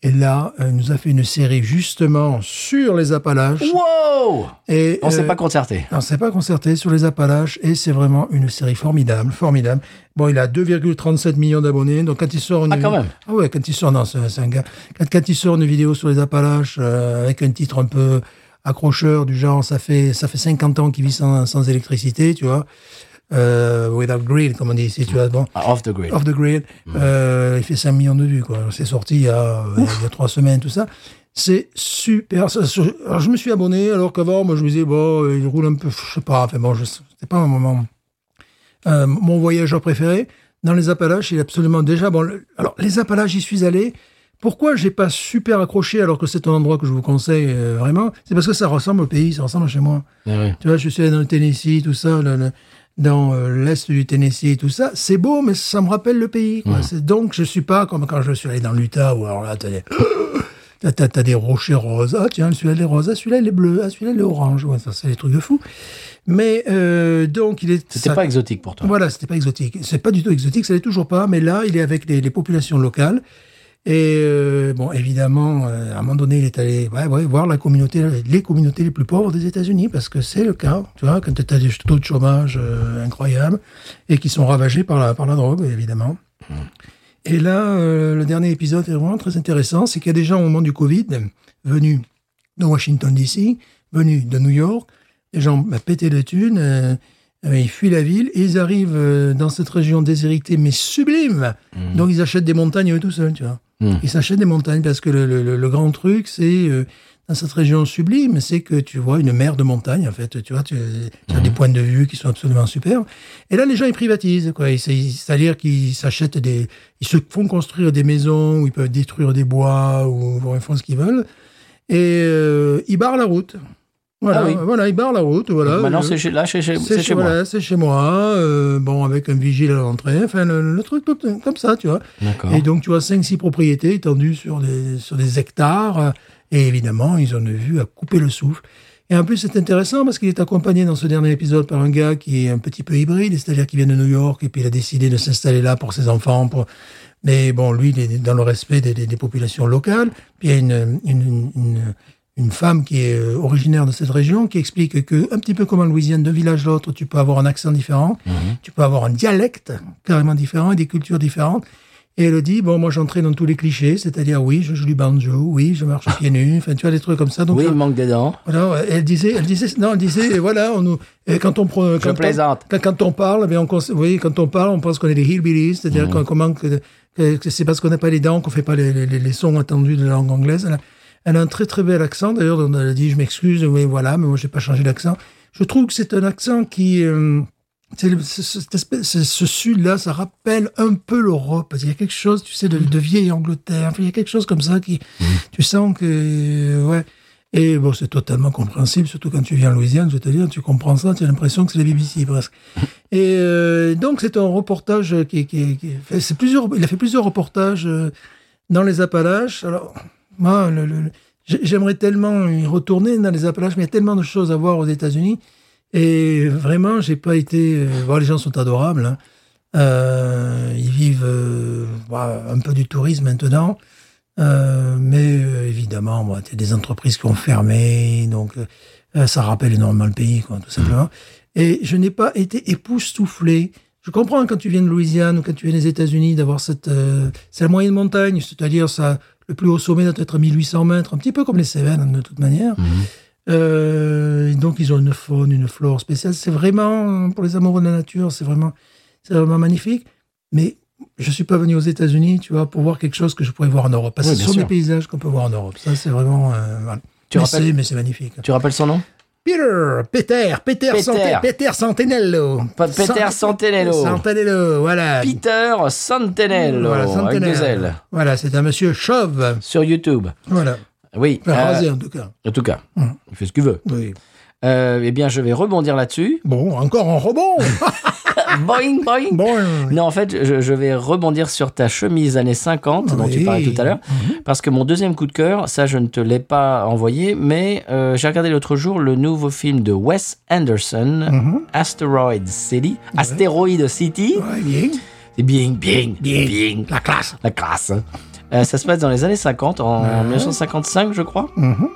B: Et là, euh, il nous a fait une série justement sur les Appalaches.
A: Wow
B: Et,
A: On s'est
B: euh,
A: pas concerté.
B: on s'est pas concerté sur les Appalaches et c'est vraiment une série formidable, formidable. Bon, il a 2,37 millions d'abonnés, donc quand il sort une
A: Ah, quand même.
B: Ah ouais, quand il sort non, c'est c'est un gars. Quand, quand il sort une vidéo sur les Appalaches euh, avec un titre un peu accrocheur du genre ça fait ça fait 50 ans qu'il vit sans, sans électricité, tu vois. Euh, without grid comme on dit ici, tu vois. Bon,
A: Ah, Off the grid.
B: off the grid, euh, il fait 5 millions de vues quoi. C'est sorti il y a euh, il y a trois semaines tout ça. C'est super. Ça, ça- Alors, je me suis abonné alors qu'avant, moi, je me disais, bon, euh, il roule un peu, je sais pas, enfin bon, je- c'était pas un moment. Euh, mon voyageur préféré, dans les Appalaches, il est absolument déjà. Bon, le- alors, les Appalaches, j'y suis allé. Pourquoi j'ai pas super accroché alors que c'est un endroit que je vous conseille euh, vraiment C'est parce que ça ressemble au pays, ça ressemble à chez moi.
A: Ah oui.
B: Tu vois, je suis allé dans le Tennessee, tout ça, le- le- dans euh, l'est du Tennessee, tout ça. C'est beau, mais ça me rappelle le pays. quoi. C'est- Donc, je suis pas comme quand je suis allé dans l'Utah, où alors là, t'as des, *gasps* t'as- t'as- t'as des rochers roses. Ah, tiens, celui-là, il est rose. Ah, celui-là, il est bleu. Ah, celui-là, il est orange. Ouais, ça, c'est des trucs de fou. Mais, euh, donc, il est.
A: C'était
B: ça-
A: pas exotique pour toi.
B: voilà, c'était pas exotique. C'est pas du tout exotique, ça l'est toujours pas, mais là, il est avec les, les populations locales. Et euh, bon, évidemment, euh, à un moment donné, il est allé ouais, ouais, voir la communauté, les communautés les plus pauvres des États-Unis, parce que c'est le cas, tu vois, quand tu as des taux de chômage euh, incroyables et qui sont ravagés par la, par la drogue, évidemment. Et là, euh, le dernier épisode est vraiment très intéressant, c'est qu'il y a des gens au moment du Covid venus de Washington DC, venus de New York, les gens bah, pétaient de thunes, euh, euh, ils fuient la ville, et ils arrivent euh, dans cette région déshéritée mais sublime.
A: Mmh.
B: Donc ils achètent des montagnes eux tout seuls, tu vois.
A: Mm.
B: Ils s'achètent des montagnes parce que le, le- le- le grand truc, c'est euh, dans cette région sublime, c'est que tu vois une mer de montagne en fait, tu vois, tu, tu
A: Mmh.
B: as des points de vue qui sont absolument superbes. Et là, les gens ils privatisent, quoi. Ils- c'est- C'est-à-dire qu'ils s'achètent des, ils se font construire des maisons où ils peuvent détruire des bois ou ils font ce qu'ils veulent et euh, ils barrent la route. Voilà,
A: Ah oui.
B: voilà, ils barrent la route, voilà. Euh,
A: Donc Maintenant,
B: Je-
A: c'est chez, là, c'est chez, c'est chez moi.
B: voilà, c'est chez moi, euh, bon, avec un vigile à l'entrée, enfin, le, le truc tout- comme ça, tu vois.
A: D'accord.
B: Et donc, tu vois, 5-6 propriétés étendues sur des, sur des hectares, euh, et évidemment, ils en ont vu à couper le souffle. Et en plus, c'est intéressant parce qu'il est accompagné dans ce dernier épisode par un gars qui est un petit peu hybride, c'est-à-dire qu'il vient de New York et puis il a décidé de s'installer là pour ses enfants. Pour... Mais bon, lui, il est dans le respect des, des- des populations locales. Puis il y a une, une, une, une femme qui est euh, originaire de cette région qui explique que, un petit peu comme en Louisiane, d'un village à l'autre, tu peux avoir un accent différent, tu peux avoir un dialecte carrément différent et des cultures différentes. Et elle dit, bon, moi j'entrais dans tous les clichés, c'est-à-dire oui, je joue du banjo, oui, je marche pieds nus, enfin tu vois des trucs comme ça. Donc euh,
A: oui,
B: ça-
A: il manque des dents.
B: voilà, ouais, elle disait, elle disait, non, elle disait, et voilà, on nous, et quand on prend, quand, on-
A: plaisante.
B: quand, quand on parle, ben on, cons- vous voyez, quand on parle, on pense qu'on est des hillbillies, c'est-à-dire qu'on qu'on manque, de- que, que c'est parce qu'on n'a pas les dents qu'on fait pas les, les- les- les sons attendus de la langue anglaise. Elle a, elle a un très très bel accent. D'ailleurs, on a dit, je m'excuse, mais voilà, mais moi j'ai pas changé d'accent. Je trouve que c'est un accent qui, euh, c'est le- ce- cette espèce- ce, ce sud-là, ça rappelle un peu l'Europe. Il y a quelque chose, tu sais, de, de vieille Angleterre. Enfin, il y a quelque chose comme ça qui, tu sens que, euh, ouais. Et bon, c'est totalement compréhensible, surtout quand tu viens en Louisiane, je vais te dire, tu comprends ça, tu as l'impression que c'est la BBC presque. Et euh, donc, c'est un reportage qui, qui, qui- fait- c'est plusieurs, il a fait plusieurs reportages euh, dans les Appalaches. Alors, moi, le- le- le- j'ai- j'aimerais tellement y retourner dans les Appalaches, mais il y a tellement de choses à voir aux États-Unis. Et vraiment, j'ai pas été. euh, bon, les gens sont adorables. hein. Euh, ils vivent euh, bah, un peu du tourisme maintenant. Euh, mais euh, évidemment, bon, il y a des entreprises qui ont fermé, donc euh, ça rappelle énormément le pays, quoi, tout
A: Mm.
B: simplement. Et je n'ai pas été époustouflé. Je comprends quand tu viens de Louisiane ou quand tu viens des États-Unis d'avoir cette, euh, c'est la moyenne montagne, c'est-à-dire ça, le plus haut sommet doit être à 1800 mètres, un petit peu comme les Cévennes de toute manière.
A: Mm-hmm.
B: Euh, donc ils ont une faune, une flore spéciale. C'est vraiment pour les amoureux de la nature, c'est vraiment, c'est vraiment magnifique. Mais je suis pas venu aux États-Unis, tu vois, pour voir quelque chose que je pourrais voir en Europe. Parce
A: Oui,
B: que ce
A: bien
B: sont
A: sûr.
B: des paysages qu'on peut voir en Europe. Ça, c'est vraiment. euh, voilà.
A: Tu
B: mais
A: rappelles-
B: c'est- mais c'est magnifique.
A: Tu rappelles son nom
B: Peter, Peter, Peter,
A: Peter.
B: Santé- Peter Santinello.
A: Pa- Peter
B: Sant-
A: Santinello.
B: Santinello, voilà.
A: Peter Santinello,
B: Voilà,
A: avec
B: Santinello.
A: deux L,
B: Voilà, c'est un monsieur chauve.
A: sur YouTube.
B: Voilà.
A: Oui,
B: Enfin,
A: euh,
B: rasé, en tout cas.
A: en tout cas,
B: Mm.
A: il fait ce qu'il veut.
B: Oui.
A: Euh, eh bien, je vais rebondir là-dessus.
B: Bon, encore
A: *laughs*
B: en rebond.
A: Ah, boing, boing
B: bon.
A: Non, en fait, je, je vais rebondir sur ta chemise années 50 dont tu
B: Oui. Mhm.
A: parlais tout à l'heure, parce que mon deuxième coup de cœur, ça je ne te l'ai pas envoyé, mais euh, j'ai regardé l'autre jour le nouveau film de Wes Anderson,
B: Mhm.
A: Asteroid City, Asteroid City,
B: Ouais, bien.
A: c'est bien, bien, bien,
B: La classe.
A: la classe. Euh, ça se passe dans les années 50, en
B: Ouais.
A: 1955, je crois.
B: Ah. Mhm.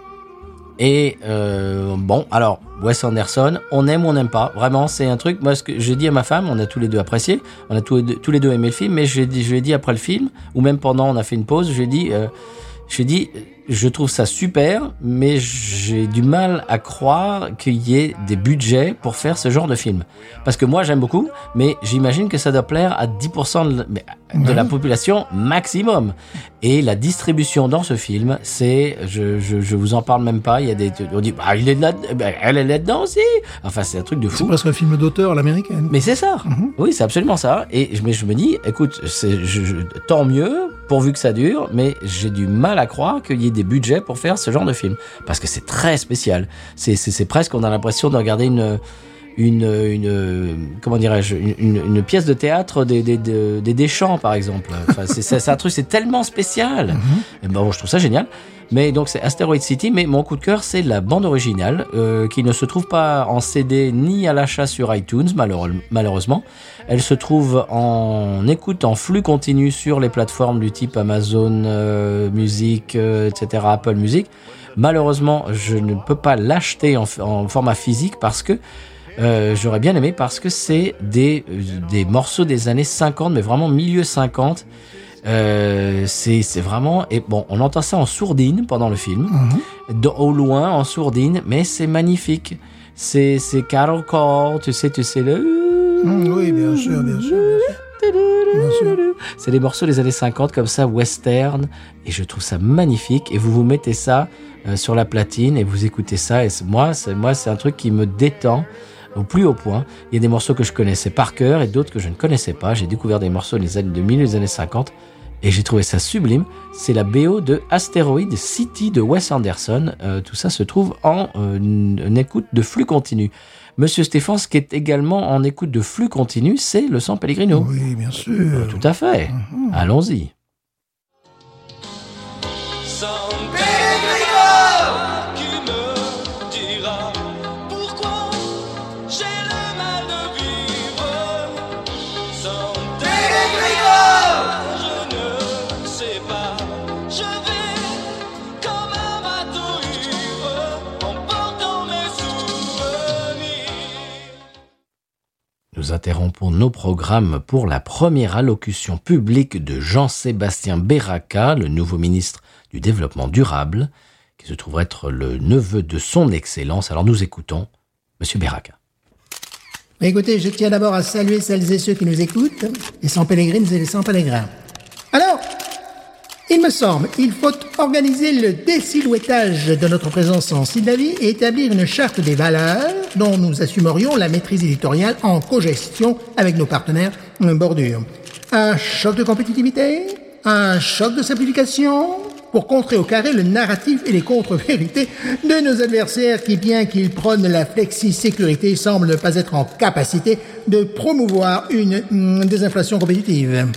A: Et euh, bon, alors, Wes Anderson, on aime ou on n'aime pas. Vraiment, c'est un truc. Moi, ce que j'ai dit à ma femme, on a tous les deux apprécié, on a tous les deux, tous les deux aimé le film, mais je, l'ai dit- je lui ai dit après le film, ou même pendant, on a fait une pause, je lui ai dit, euh, je lui ai dit, euh, je trouve ça super, mais j'ai du mal à croire qu'il y ait des budgets pour faire ce genre de film. Parce que moi, j'aime beaucoup, mais j'imagine que ça doit plaire à 10% de, la- mais- de
B: Ouais.
A: la population maximum. Et la distribution dans ce film, c'est, je, je, je vous en parle même pas. Il y a des, on dit, ah, il est là, ben, elle est là-dedans aussi. Enfin, c'est un truc de
B: C'est
A: fou.
B: presque un film d'auteur, à l'américaine.
A: Mais c'est ça. Oui, c'est absolument ça. Et je, mais je me dis, écoute, c'est, je, je- tant mieux, pourvu que ça dure, mais j'ai du mal à croire qu'il y ait des budgets pour faire ce genre de film. Parce que c'est très spécial. C'est, c'est, c'est presque, on a l'impression de regarder une, une, une comment dirais-je, une, une- une pièce de théâtre des, des, des, des Deschamps, par exemple. Enfin, c'est, c'est, c'est un truc, c'est tellement spécial. Et ben, bon, je trouve ça génial. Mais donc c'est Asteroid City, mais mon coup de cœur c'est la bande originale euh, qui ne se trouve pas en CD ni à l'achat sur iTunes malheureux- malheureusement. Elle se trouve en écoute en flux continu sur les plateformes du type Amazon euh, Music, euh, etc. Apple Music. Malheureusement je ne peux pas l'acheter en, f- en format physique parce que euh, j'aurais bien aimé parce que c'est des, euh, des morceaux des années 50, mais vraiment milieu 50. Euh, c'est c'est vraiment et bon on entend ça en sourdine pendant le film
B: Mhm.
A: dans- au loin en sourdine mais c'est magnifique c'est c'est Carol Call tu sais tu sais le
B: Mm, oui, bien sûr, bien sûr, bien sûr.
A: c'est des morceaux des années 50 comme ça, western, et je trouve ça magnifique. Et vous vous mettez ça euh, sur la platine et vous écoutez ça. Et c'est- moi, c'est moi, c'est un truc qui me détend au plus haut point. Il y a des morceaux que je connaissais par cœur et d'autres que je ne connaissais pas. J'ai découvert des morceaux des années 2000, des années 50, et j'ai trouvé ça sublime. C'est la BO de Asteroid City de Wes Anderson. Euh, tout ça se trouve en euh, une une écoute de flux continu. Monsieur Stéphane, ce qui est également en écoute de flux continu, c'est le San Pellegrino.
B: Oui, bien
C: Euh,
B: sûr.
A: Euh, Tout à fait.
C: Mhm.
A: Allons-y.
D: San Pellegrino qui me dira pourquoi j'ai le mal de vivre. San Pellegrino, je ne sais pas. Je vais comme un bateau ivre en portant mes souvenirs.
A: Nous interrompons nos programmes pour la première allocution publique de Jean-Sébastien Beraka, le nouveau ministre du Développement durable, qui se trouve être le neveu de son Excellence. Alors nous écoutons Monsieur Beraka.
C: Mais Écoutez, je tiens d'abord à saluer celles et ceux qui nous écoutent, les sans pèlerines et les sans pèlerins. Alors, il me semble, il faut organiser le désilhouettage de notre présence en Sildavie et établir une charte des valeurs dont nous assumerions la maîtrise éditoriale en cogestion avec nos partenaires euh, bordure. Un choc de compétitivité, un choc de simplification, pour contrer au carré le narratif et les contre-vérités de nos adversaires qui, bien qu'ils prônent la flexi-sécurité, semblent ne pas être en capacité de promouvoir une hum, désinflation compétitive.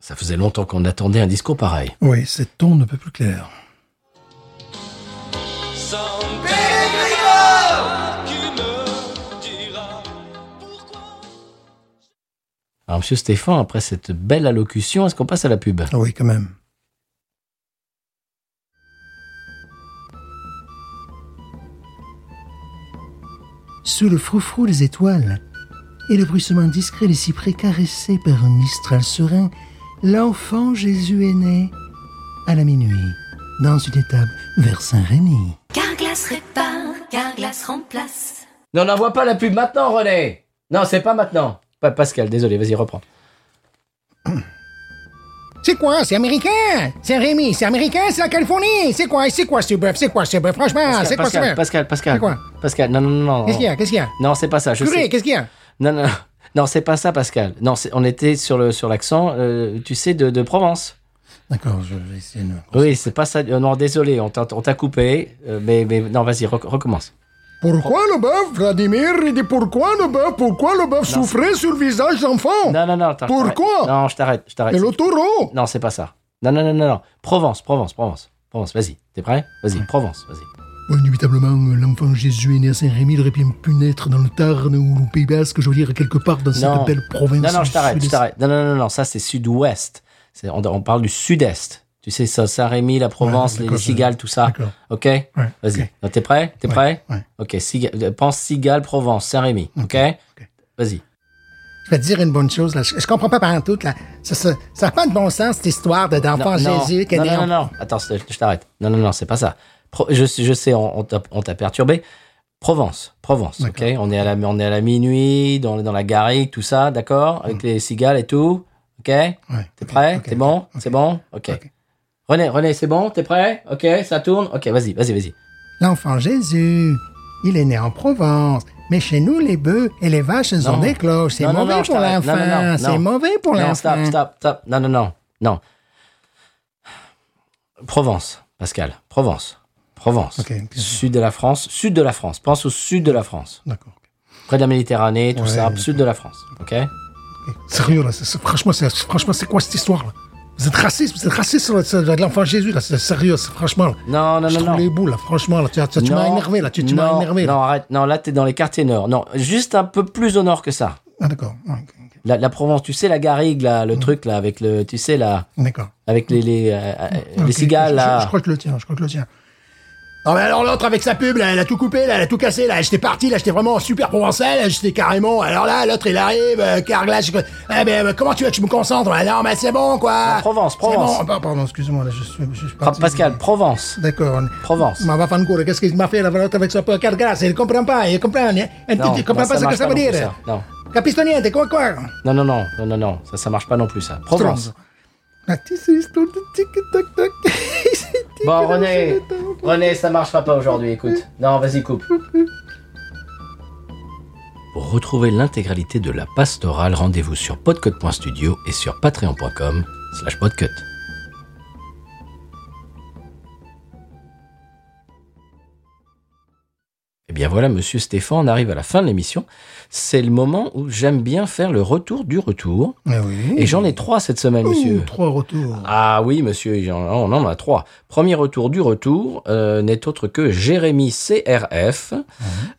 A: Ça faisait longtemps qu'on attendait un discours pareil.
B: Oui, cet ton ne peut plus clair.
D: San Pellegrino qui me dira pourquoi.
A: Alors Monsieur Stéphane, après cette belle allocution, est-ce qu'on passe à la pub
B: Ah oui, quand même.
C: Sous le froufrou des étoiles et le bruissement discret des cyprès caressés par un mistral serein, l'enfant Jésus est né à la minuit dans une étable vers Saint-Rémy.
E: Carglass répare, Carglass remplace.
A: Non, n'envoie pas la pub maintenant, René Non, c'est pas maintenant. Pas Pascal, désolé, vas-y, reprends.
C: C'est quoi? C'est américain? C'est Rémi, c'est américain, c'est la Californie! C'est quoi? C'est quoi ce bœuf? C'est quoi ce bœuf? Franchement, Ah,
A: Pascal,
C: c'est quoi ce
A: Pascal,
C: bœuf?
A: Pascal, Pascal.
C: C'est quoi
A: Pascal, non, non, non. non.
C: Qu'est-ce qu'il y a? Qu'est-ce qu'il y a?
A: Non, c'est pas ça, je sais.
C: Curé, qu'est-ce qu'il y a?
A: Non, non, non, c'est pas ça, Pascal. Non, c'est- on était sur le sur l'accent, euh, tu sais, de, de Provence.
B: D'accord, je vais essayer de...
A: Oui, c'est pas ça. Euh, non, désolé, on t'a on t'a coupé, euh, mais, mais non, vas-y, rec- recommence.
C: Pourquoi le bœuf, Vladimir Il dit pourquoi le bœuf Pourquoi le bœuf souffrait sur le visage d'enfant
A: Non, non, non. attends, je t'arrête.
C: Oh. Pourquoi
A: Non, je t'arrête, je t'arrête.
C: Et le taureau
A: Non, c'est pas ça. Non, non, non, non, non. Provence, Provence, Provence, Provence. Vas-y, t'es prêt Vas-y, Provence, vas-y.
C: Bon, Indubitablement, euh, l'enfant Jésus est né à Saint-Rémy, il aurait bien pu naître dans le Tarn ou le Pays Basque, je veux dire quelque part dans
A: Non.
C: cette belle province.
A: Non, non, je
C: du
A: t'arrête, je
C: sud-est.
A: t'arrête. Non, non, non, non, ça c'est Sud-Ouest. C'est- On, on parle du sud-est. Tu sais, ça, Saint-Rémy, la Provence,
B: Ouais,
A: les- les,
B: d'accord,
A: cigales, tout ça.
B: D'accord.
A: OK
B: Ouais,
A: Vas-y.
B: ok.
A: Donc, T'es prêt T'es
B: Ouais,
A: prêt
B: ouais.
A: OK. Cigale- pense cigales, Provence, Saint-Rémy. OK,
B: ok.
A: Vas-y.
C: Je vais te dire une bonne chose, là. Je, je comprends pas par tout, là. Ça, ça, ça a pas de bon sens, cette histoire de d'enfant Jésus qui est
A: non,
C: né
A: non, non,
C: en-
A: non. Attends, je je t'arrête. Non, non, non, c'est pas ça. Pro- je, sais- je sais, on, on t'a- on t'a perturbé. Provence, Provence, ok
B: D'accord.
A: on est, à la, on est à la minuit, dans, dans la garrigue, tout ça, d'accord Avec les cigales et tout, ok T'es
B: Mm. Ouais, ok,
A: prêt
B: ok,
A: T'es bon
B: ok,
A: C'est bon ok.
B: Ok.
A: René, René, c'est bon T'es prêt Ok, ça tourne Ok, vas-y, vas-y, vas-y.
C: L'enfant Jésus, il est né en Provence. Mais chez nous, les bœufs et les vaches, elles ont
A: Non.
C: des cloches. C'est
A: Non, non,
C: mauvais
A: non, je
C: pour
A: t'arrête. Non, non, non,
C: l'enfant.
A: non.
C: C'est mauvais pour
A: Non, stop,
C: l'enfant.
A: stop, stop. Non, non, non, non. Provence, Pascal, Provence, Provence.
B: Ok, ok.
A: Sud de la France, sud de la France. Pense au sud de la France.
B: D'accord.
A: près de la Méditerranée, tout
B: Ouais,
A: ça,
B: d'accord.
A: sud de la France. Ok
B: Ok. Sérieux, là, c'est- c'est- franchement, c'est, franchement, c'est quoi cette histoire, là Vous êtes raciste, vous êtes raciste sur le- sur l'enfant Jésus, là, c'est sérieux, c'est, franchement. là.
A: Non, non,
B: je
A: non,
B: trouve
A: non.
B: les boules, là, franchement, là, tu, tu- tu m'as
A: Non,
B: énervé, là, tu, tu m'as
A: non,
B: énervé. là.
A: Non, arrête. Non, là, t'es dans les quartiers nord. Non, juste un peu plus au nord que ça.
B: Ah, d'accord, ouais, ok, ok.
A: La, la Provence, tu sais, la garrigue, là,
B: Mm.
A: le truc, là, avec le. Tu sais, là.
B: d'accord.
A: Avec les, les, euh, euh,
B: Ok,
A: les cigales,
B: je- je-
A: là.
B: Je, crois que je le tiens, je crois que je le tiens. Ah,
C: Non, mais alors l'autre avec sa pub, là, elle a tout coupé, là, elle a tout cassé, là, j'étais parti, là, j'étais vraiment super provençal, là, j'étais carrément. Alors là, l'autre il arrive, euh, carglass, je- eh ben, euh, comment tu veux que je me concentre là Non, mais c'est bon quoi.
A: Non, Provence,
C: C'est
A: Provence.
C: bon.
B: Ah, pardon, excuse-moi, là, je suis, je suis
A: Fra-
B: parti.
A: Pascal, Provence.
B: D'accord.
A: Provence.
C: Ma va fanculo, qu'est-ce qu'il m'a fait la l'autre avec sa pub carglass Il comprend pas, il comprend, hein. il
A: Non,
C: il comprend
A: non,
C: pas ce que
A: marche
C: ça veut
A: non plus,
C: dire.
A: ça. Non.
C: Capisco niente, quoi quoi
A: non, non, non, non, non, non. Ça, ça marche pas non plus, ça. Provence.
B: La petite histoire de tic-tac-tac.
A: Bon, René, René, ça marchera pas aujourd'hui, écoute. Non, vas-y, coupe. Pour retrouver l'intégralité de la pastorale, rendez-vous sur podcut.studio et sur patreon.com slash podcut. Eh bien voilà, monsieur Stéphane, on arrive à la fin de l'émission. C'est le moment où j'aime bien faire le retour du retour.
B: Ah oui.
A: Et j'en ai trois cette semaine,
B: Ouh,
A: Eh monsieur.
B: Trois retours.
A: Ah oui, monsieur, il y en- on en a trois. Premier retour du retour euh, n'est autre que Jérémy CRF.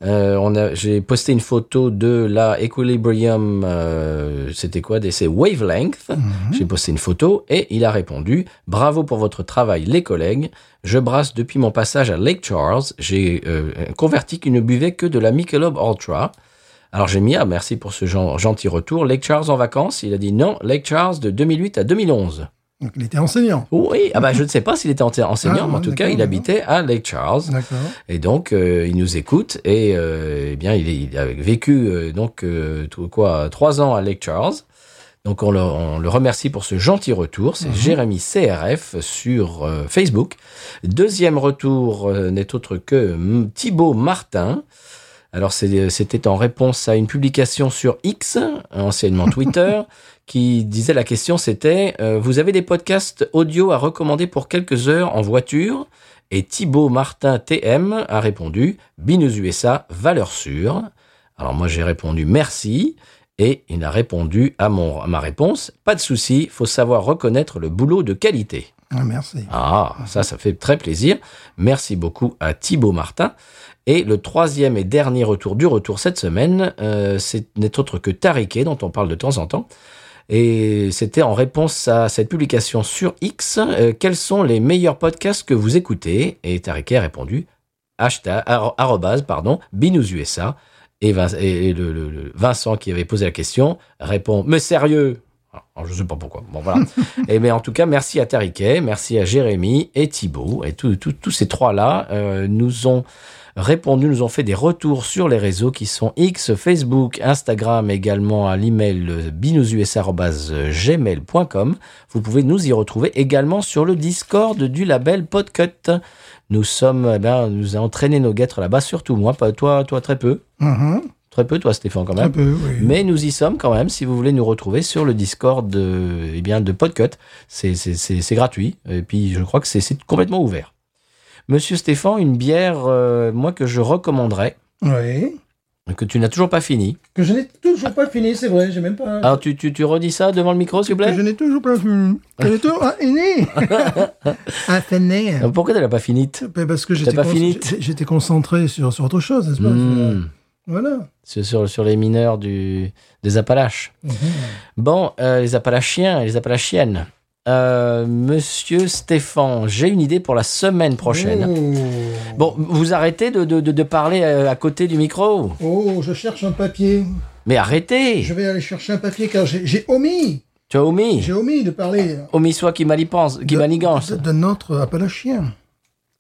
A: Euh, on a- J'ai posté une photo de la Equilibrium, euh, c'était quoi des- C'est Wavelength. J'ai posté une photo et il a répondu Bravo pour votre travail, les collègues. Je brasse depuis mon passage à Lake Charles. J'ai euh, un converti qui ne buvait que de la Michelob Ultra. Alors j'ai mis, ah, merci pour ce gen- gentil retour. Lake Charles en vacances. Il a dit non, Lake Charles de 2008 à 2011.
B: Donc, il était enseignant.
A: Oui, ah bah, je ne sais pas s'il était ensei- enseignant,
B: Ah,
A: mais en tout cas,
B: d'accord,
A: il habitait à Lake Charles.
B: D'accord.
A: Et donc, euh, il nous écoute. Et euh, eh bien, il, est- il a vécu euh, donc euh, tout- quoi, trois ans à Lake Charles. Donc, on le, on le remercie pour ce gentil retour. C'est Jérémy CRF sur euh, Facebook. Deuxième retour euh, n'est autre que M- Thibaut Martin. Alors, c'est- euh, c'était en réponse à une publication sur X, anciennement Twitter, qui disait la question c'était euh, Vous avez des podcasts audio à recommander pour quelques heures en voiture Et Thibaut Martin TM a répondu Binus USA, valeur sûre. Alors, moi, j'ai répondu Merci. Et il a répondu à, mon, à ma réponse Pas de souci, faut savoir reconnaître le boulot de qualité.
B: Ah, merci.
A: Ah, ça, ça fait très plaisir. Merci beaucoup à Thibaut Martin. Et le troisième et dernier retour du retour cette semaine, euh, c'est- n'est autre que Tariquet, dont on parle de temps en temps. Et c'était en réponse à cette publication sur X. euh, quels sont les meilleurs podcasts que vous écoutez Et Tariquet a répondu hashtag, arro- arrobase, pardon, binoususa. Et, Vin- et le- le- le Vincent qui avait posé la question répond Mais sérieux Alors, Je ne sais pas pourquoi. Bon, voilà. Eh bien, en tout cas, merci à Tariquet, merci à Jérémy et Thibaut. Et tous- tous- tous ces trois-là euh, nous ont répondu, nous ont fait des retours sur les réseaux qui sont X, Facebook, Instagram, également à l'email binoususa.gmail.com. Vous pouvez nous y retrouver également sur le Discord du label Podcut. Nous sommes, eh ben, nous avons traîné nos guêtres là-bas, surtout moi, pas toi, toi très peu.
B: Mhm.
A: Très peu, toi Stéphane quand même.
B: Un peu, oui.
A: Mais nous y sommes quand même. Si vous voulez nous retrouver sur le Discord de, eh bien, de Podcut, c'est- c'est c'est- c'est gratuit. Et puis, je crois que c'est- c'est complètement ouvert. Monsieur Stéphane, une bière, euh, moi, que je recommanderais,
B: Oui.
A: que tu n'as toujours pas fini.
B: Que je n'ai toujours pas fini, c'est vrai, j'ai même pas.
A: Alors, tu, tu, tu redis ça devant le micro, s'il vous
B: que je
A: plaît
B: n'ai toujours pas fini. Que j'ai toujours pas *laughs* fini. Ah, fini.
A: Euh, Pourquoi tu l'as pas fini
B: Ben, Parce que j'étais
A: pas
B: con-
A: fini.
B: j'ai- j'étais concentré sur, sur autre chose, n'est-ce pas
A: Hmm.
B: Voilà.
A: sur, sur- sur les
B: Mhm.
A: mineurs du, des Appalaches. Bon, euh, les Appalachiens et les Appalachiennes. Euh, Monsieur Stéphane, j'ai une idée pour la semaine prochaine.
B: Oh.
A: Bon, vous arrêtez de, de- de- de parler euh, à côté du micro.
B: Oh, je cherche un papier.
A: Mais arrêtez
B: Je vais aller chercher un papier car j'ai j'ai omis.
A: Tu as omis
B: J'ai omis de parler.
A: Omis soit qui malipance, qui
B: de-
A: manigance.
B: de, de notre Appalachian.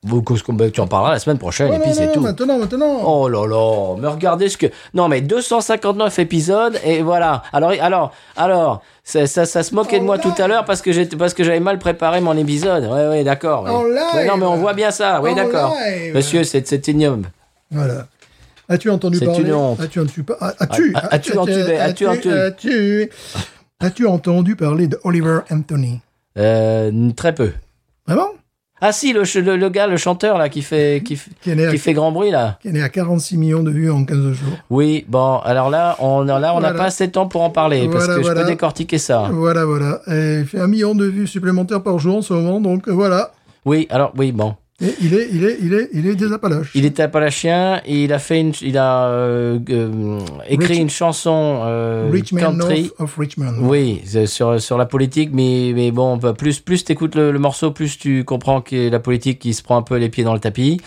A: Vous, cause qu'on- ben, tu en parleras la semaine prochaine
B: Ouais,
A: et puis
B: non,
A: c'est
B: non,
A: tout.
B: Oh Maintenant, maintenant.
A: Oh là là, mais regardez ce que... Non mais 259 épisodes et voilà. Alors, alors, alors, ça, ça, ça se moquait de
B: En
A: moi tout à
B: live.
A: l'heure parce que j'étais- parce que j'avais mal préparé mon épisode. Ouais, ouais, d'accord. ouais.
B: En live.
A: Ouais, non mais on voit bien ça, oui
B: En
A: d'accord.
B: live.
A: Monsieur, c'est c'est ignoble.
B: Voilà. As-tu entendu
A: C'est
B: parler
A: une honte.
B: As-tu entendu par- ah, as-tu-
A: Ah, ah, as-tu entendu- as-tu
B: as-tu- as-tu- as-tu entendu parler de Oliver Anthony
A: Euh, très peu.
B: Vraiment
A: Ah si, le, ch- le, le gars, le chanteur là qui fait qui, f-
B: Qui est né à-
A: qui fait grand bruit là.
B: qui est né à 46 millions de vues en 15 jours.
A: Oui, bon, alors là, on là on n'a
B: Voilà.
A: pas assez de temps pour en parler parce
B: Voilà,
A: que je
B: voilà.
A: peux décortiquer ça.
B: Voilà, voilà. Et il fait un million de vues supplémentaires par jour en ce moment, donc euh, voilà.
A: Oui, alors oui, bon.
B: Et il est, il est, il est, il est des Appalaches.
A: Il était appalachien, et il a fait une, il a euh, euh, écrit
B: Rich-
A: une chanson euh,
B: Richmond,
A: country.
B: North of Richmond.
A: Oui, c'est sur, sur la politique, mais, mais bon, bah, plus, plus t'écoutes le, le morceau, plus tu comprends que la politique qui se prend un peu les pieds dans le tapis.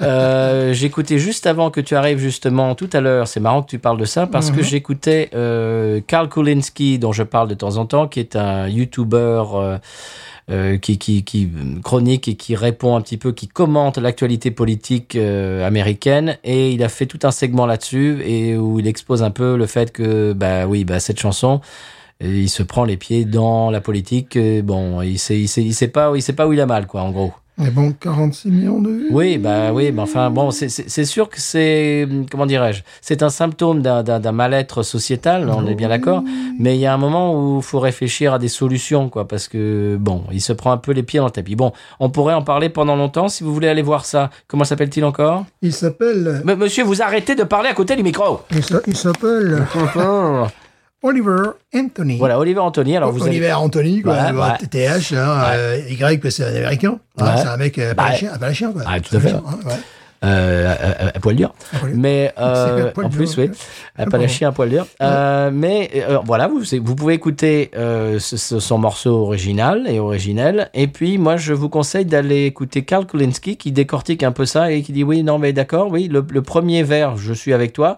A: euh, j'écoutais juste avant que tu arrives, justement, tout à l'heure, c'est marrant que tu parles de ça, parce que j'écoutais euh, Karl Kulinski, dont je parle de temps en temps, qui est un YouTuber euh, euh, qui, qui, qui chronique et qui répond un petit peu, qui commente l'actualité politique euh, américaine. Et il a fait tout un segment là-dessus et où il expose un peu le fait que, bah oui, bah cette chanson, et il se prend les pieds dans la politique. euh, Bon, il sait, il sait, il sait pas, il sait pas où il a mal, quoi, en gros.
B: Mais bon, 46 millions de vues.
A: Oui, bah oui, mais enfin bon, c'est- c'est c'est sûr que c'est hum, comment dirais-je, c'est un symptôme d'un- d'un d'un mal-être sociétal, on est bien d'accord. Mais il y a un moment où il faut réfléchir à des solutions, quoi, parce que bon, il se prend un peu les pieds dans le tapis. Bon, on pourrait en parler pendant longtemps si vous voulez aller voir ça. Comment s'appelle-t-il encore
B: Il s'appelle,
A: Mais Monsieur, vous arrêtez de parler à côté du micro.
B: il s'a- il s'appelle Oliver Anthony.
A: voilà, Oliver Anthony. Alors vous avez-
B: Oliver Anthony, quoi,
A: Ouais,
B: bah,
A: ouais.
B: TTH, hein, euh, Y, parce que c'est un américain. Hein,
A: Ouais.
B: c'est un mec euh, appalaché- appalachien, quoi.
A: Ah, tout à fait.
B: Appalachien, hein, ouais.
A: euh, à, à- à poil dur.
B: poil dur. *laughs*
A: Mais euh,
B: à poil
A: en
B: dur, hein.
A: plus,
B: ouais.
A: oui, Appalachi à poil dur. Euh, mais euh, voilà, vous, c'est- vous pouvez écouter euh, ce- ce- son morceau original et originel. Et puis, moi, je vous conseille d'aller écouter Karl Kulinski qui décortique un peu ça et qui dit oui, non, mais d'accord, oui, le, le premier vers, je suis avec toi.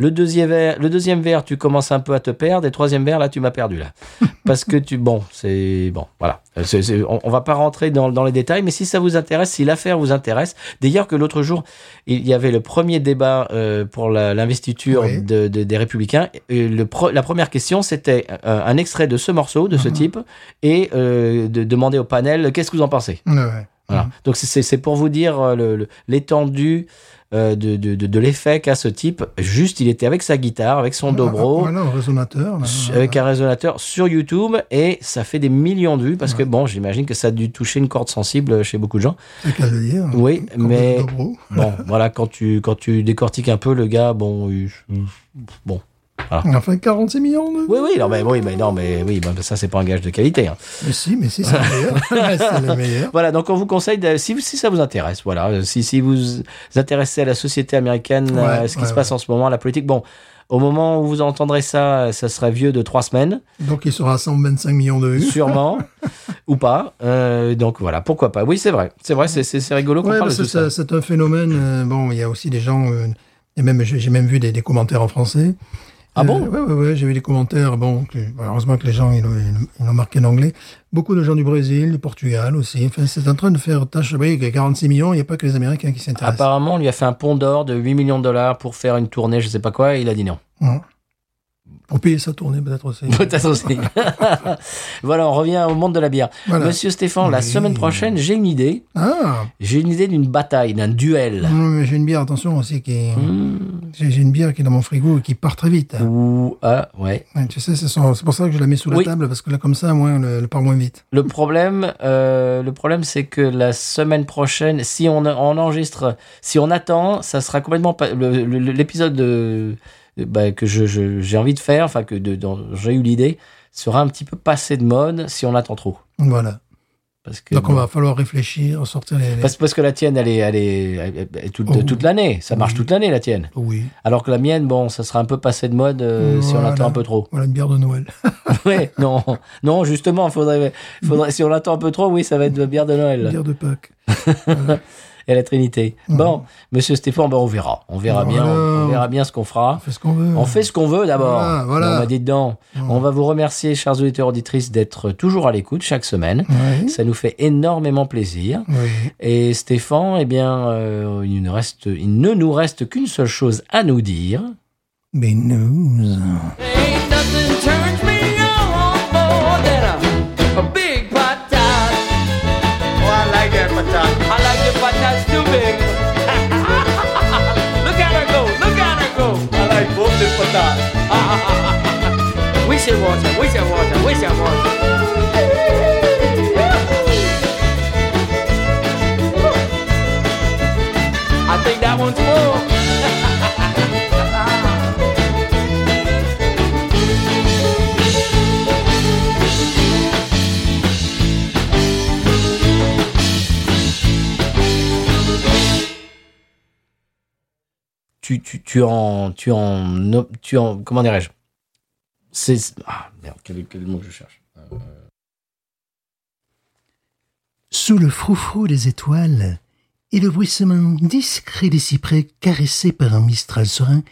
A: Le deuxième, vers, le deuxième vers, tu commences un peu à te perdre. Et troisième vers, là, tu m'as perdu, là.
B: *laughs*
A: Parce que tu. Bon, c'est. Bon, voilà. Euh, c'est- c'est- on, on va pas rentrer dans, dans les détails, mais si ça vous intéresse, si l'affaire vous intéresse. D'ailleurs, que l'autre jour, il y avait le premier débat euh, pour la- l'investiture
B: Oui.
A: de, de- des Républicains. Et le pro- la première question, c'était euh, un extrait de ce morceau, de ce
B: Mhm.
A: type, et euh, de demander au panel qu'est-ce que vous en pensez.
B: Ouais, ouais.
A: Voilà. Donc, c'est- c'est c'est pour vous dire euh, le- le- l'étendue. euh, de, de, de, de l'effet qu'a ce type. Juste, il était avec sa guitare, avec
B: Ah,
A: son dobro
B: Voilà, un résonateur. là,
A: su-
B: voilà.
A: avec un résonateur sur YouTube et ça fait des millions de vues parce que bon, j'imagine que ça a dû toucher une corde sensible chez beaucoup de gens.
B: C'est qu'à le dire.
A: Oui,
B: Comme
A: mais-
B: le dobro.
A: Bon, voilà, quand tu, quand tu décortiques un peu le gars, bon, il- bon.
B: Enfin, 46 millions de...
A: Oui, oui, non, mais oui, mais non, mais oui, bah, ça c'est pas un gage de qualité. hein.
B: Mais si, mais si, c'est
A: *laughs*
B: le meilleur. Ouais, c'est le meilleur.
A: Voilà, donc on vous conseille, de- si, si ça vous intéresse, voilà, euh, si, si vous vous intéressez à la société américaine,
B: Ouais,
A: à ce qui
B: ouais,
A: se passe en ce moment, à la politique, bon, au moment où vous entendrez ça, ça sera vieux de trois semaines.
B: *laughs* Donc, il sera à 125 millions de vues.
A: sûrement ou pas Euh, donc voilà pourquoi pas oui c'est vrai c'est vrai c'est- c'est c'est rigolo qu'on
B: Ouais,
A: parle
B: parce
A: de
B: que
A: tout ça,
B: ça- c'est un phénomène. euh, bon, il y a aussi des gens. euh, et même, j'ai j'ai même vu des, des commentaires en français. Euh,
A: Ah bon
B: Ouais, ouais, ouais. J'ai vu des commentaires. Bon, que, heureusement que les gens ils, l'ont- ils l'ont- ils l'ont marqué en anglais. Beaucoup de gens du Brésil, du Portugal aussi. Enfin, c'est en train de faire tâche. Vous voyez, qu'il y a 46 millions, il n'y a pas que les Américains qui s'intéressent.
A: apparemment on lui a fait un pont d'or de 8 millions de dollars pour faire une tournée je sais pas quoi et il a dit non
B: Hein. Pour payer sa tournée, peut-être
A: *laughs*
B: aussi.
A: peut-être
B: *laughs*
A: aussi voilà on revient au monde de la bière
B: Voilà.
A: monsieur Stéphane la
B: Oui.
A: semaine prochaine j'ai une idée
B: Ah,
A: j'ai une idée d'une bataille d'un duel
B: hum, mais j'ai une bière, attention aussi, qui est-
A: Mmh.
B: j'ai j'ai une bière qui est dans mon frigo et qui part très vite.
A: ou ah ouais
B: Ouais, Tu sais, c'est son- c'est pour ça que je la mets sous
A: Oui.
B: la table parce que là, comme ça, moi, elle, elle part moins vite.
A: Le problème, euh, le problème, c'est que la semaine prochaine, si on, on enregistre, si on attend, ça sera complètement pas- le- le- le- l'épisode de- de- bah, que je- je- j'ai envie de faire, enfin que de- dont j'ai eu l'idée, sera un petit peu passé de mode si on attend trop.
B: Voilà.
A: Parce que
B: Donc on va falloir réfléchir, sortir les. les-
A: parce, parce que la tienne, elle est, elle est, elle est toute,
B: Oh.
A: toute l'année, ça marche toute l'année la tienne.
B: Oui,
A: Alors que la mienne, bon, ça sera un peu passé de mode euh, si on
B: Voilà. *laughs*
A: attend un peu trop.
B: voilà une bière de Noël.
A: Ouais, non, non, justement, faudrait, faudrait, si on l'attend un peu trop, oui, ça va être de la bière de Noël
B: bière de Pâques.
A: et la Trinité. Bon, Monsieur Stéphane, ben on verra, on verra bien, on, on verra bien ce qu'on fera.
B: On fait ce qu'on veut.
A: On fait ce qu'on veut d'abord.
B: Voilà, voilà.
A: On va dire dedans. On va vous remercier, chers auditeurs auditrices, d'être toujours à l'écoute chaque semaine.
B: Ouais.
A: Ça nous fait énormément plaisir.
B: Oui.
A: Et Stéphane, eh bien, euh, il, nous reste, il ne nous reste qu'une seule chose à nous dire.
B: Mais news.
F: Ain't nothing turns me on more than a, a big pot tart. Oh, I like that pot tart. I like the pot tarts too big. *laughs* look at her go, look at her go. I like both the pot tarts. *laughs* wish it was her, wish it was her, wish it was her. I think that one's full.
A: Tu, tu, tu en, tu en, tu en, comment dirais-je C'est, ah merde, quel, est- quel est le mot que je cherche
G: Sous le froufrou des étoiles et le bruissement discret des cyprès caressés par un mistral serein,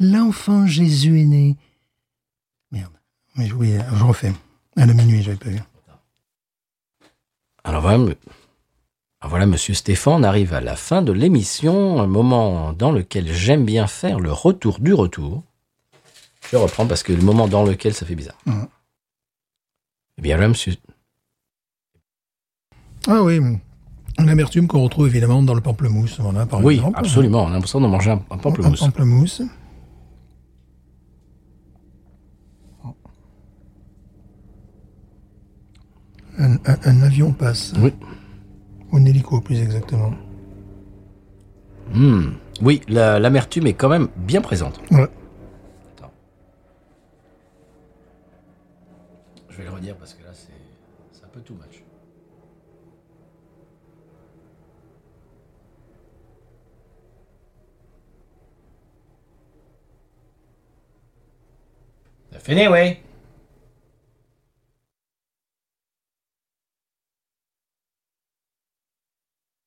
G: l'enfant Jésus est né.
B: Merde. Mais oui, je refais. À la minuit, j'avais pas vu.
A: Alors voilà, me- alors voilà, monsieur Stéphane, on arrive à la fin de l'émission, un moment dans lequel j'aime bien faire le retour du retour. Je reprends parce que le moment dans lequel ça fait bizarre.
B: Mhm.
A: Eh bien là, monsieur,
B: Ah oui. L'amertume qu'on retrouve évidemment dans le pamplemousse. Voilà, par
A: oui,
B: exemple.
A: absolument, on a l'impression d'en manger un, un pamplemousse.
B: Un pamplemousse. Un, un- un avion passe,
A: Oui.
B: ou un hélico plus exactement.
A: Hmm. Oui, la- l'amertume est quand même bien présente.
B: Ouais.
A: Attends. Je vais le redire parce que là, c'est c'est un peu too much. T'as fini, oui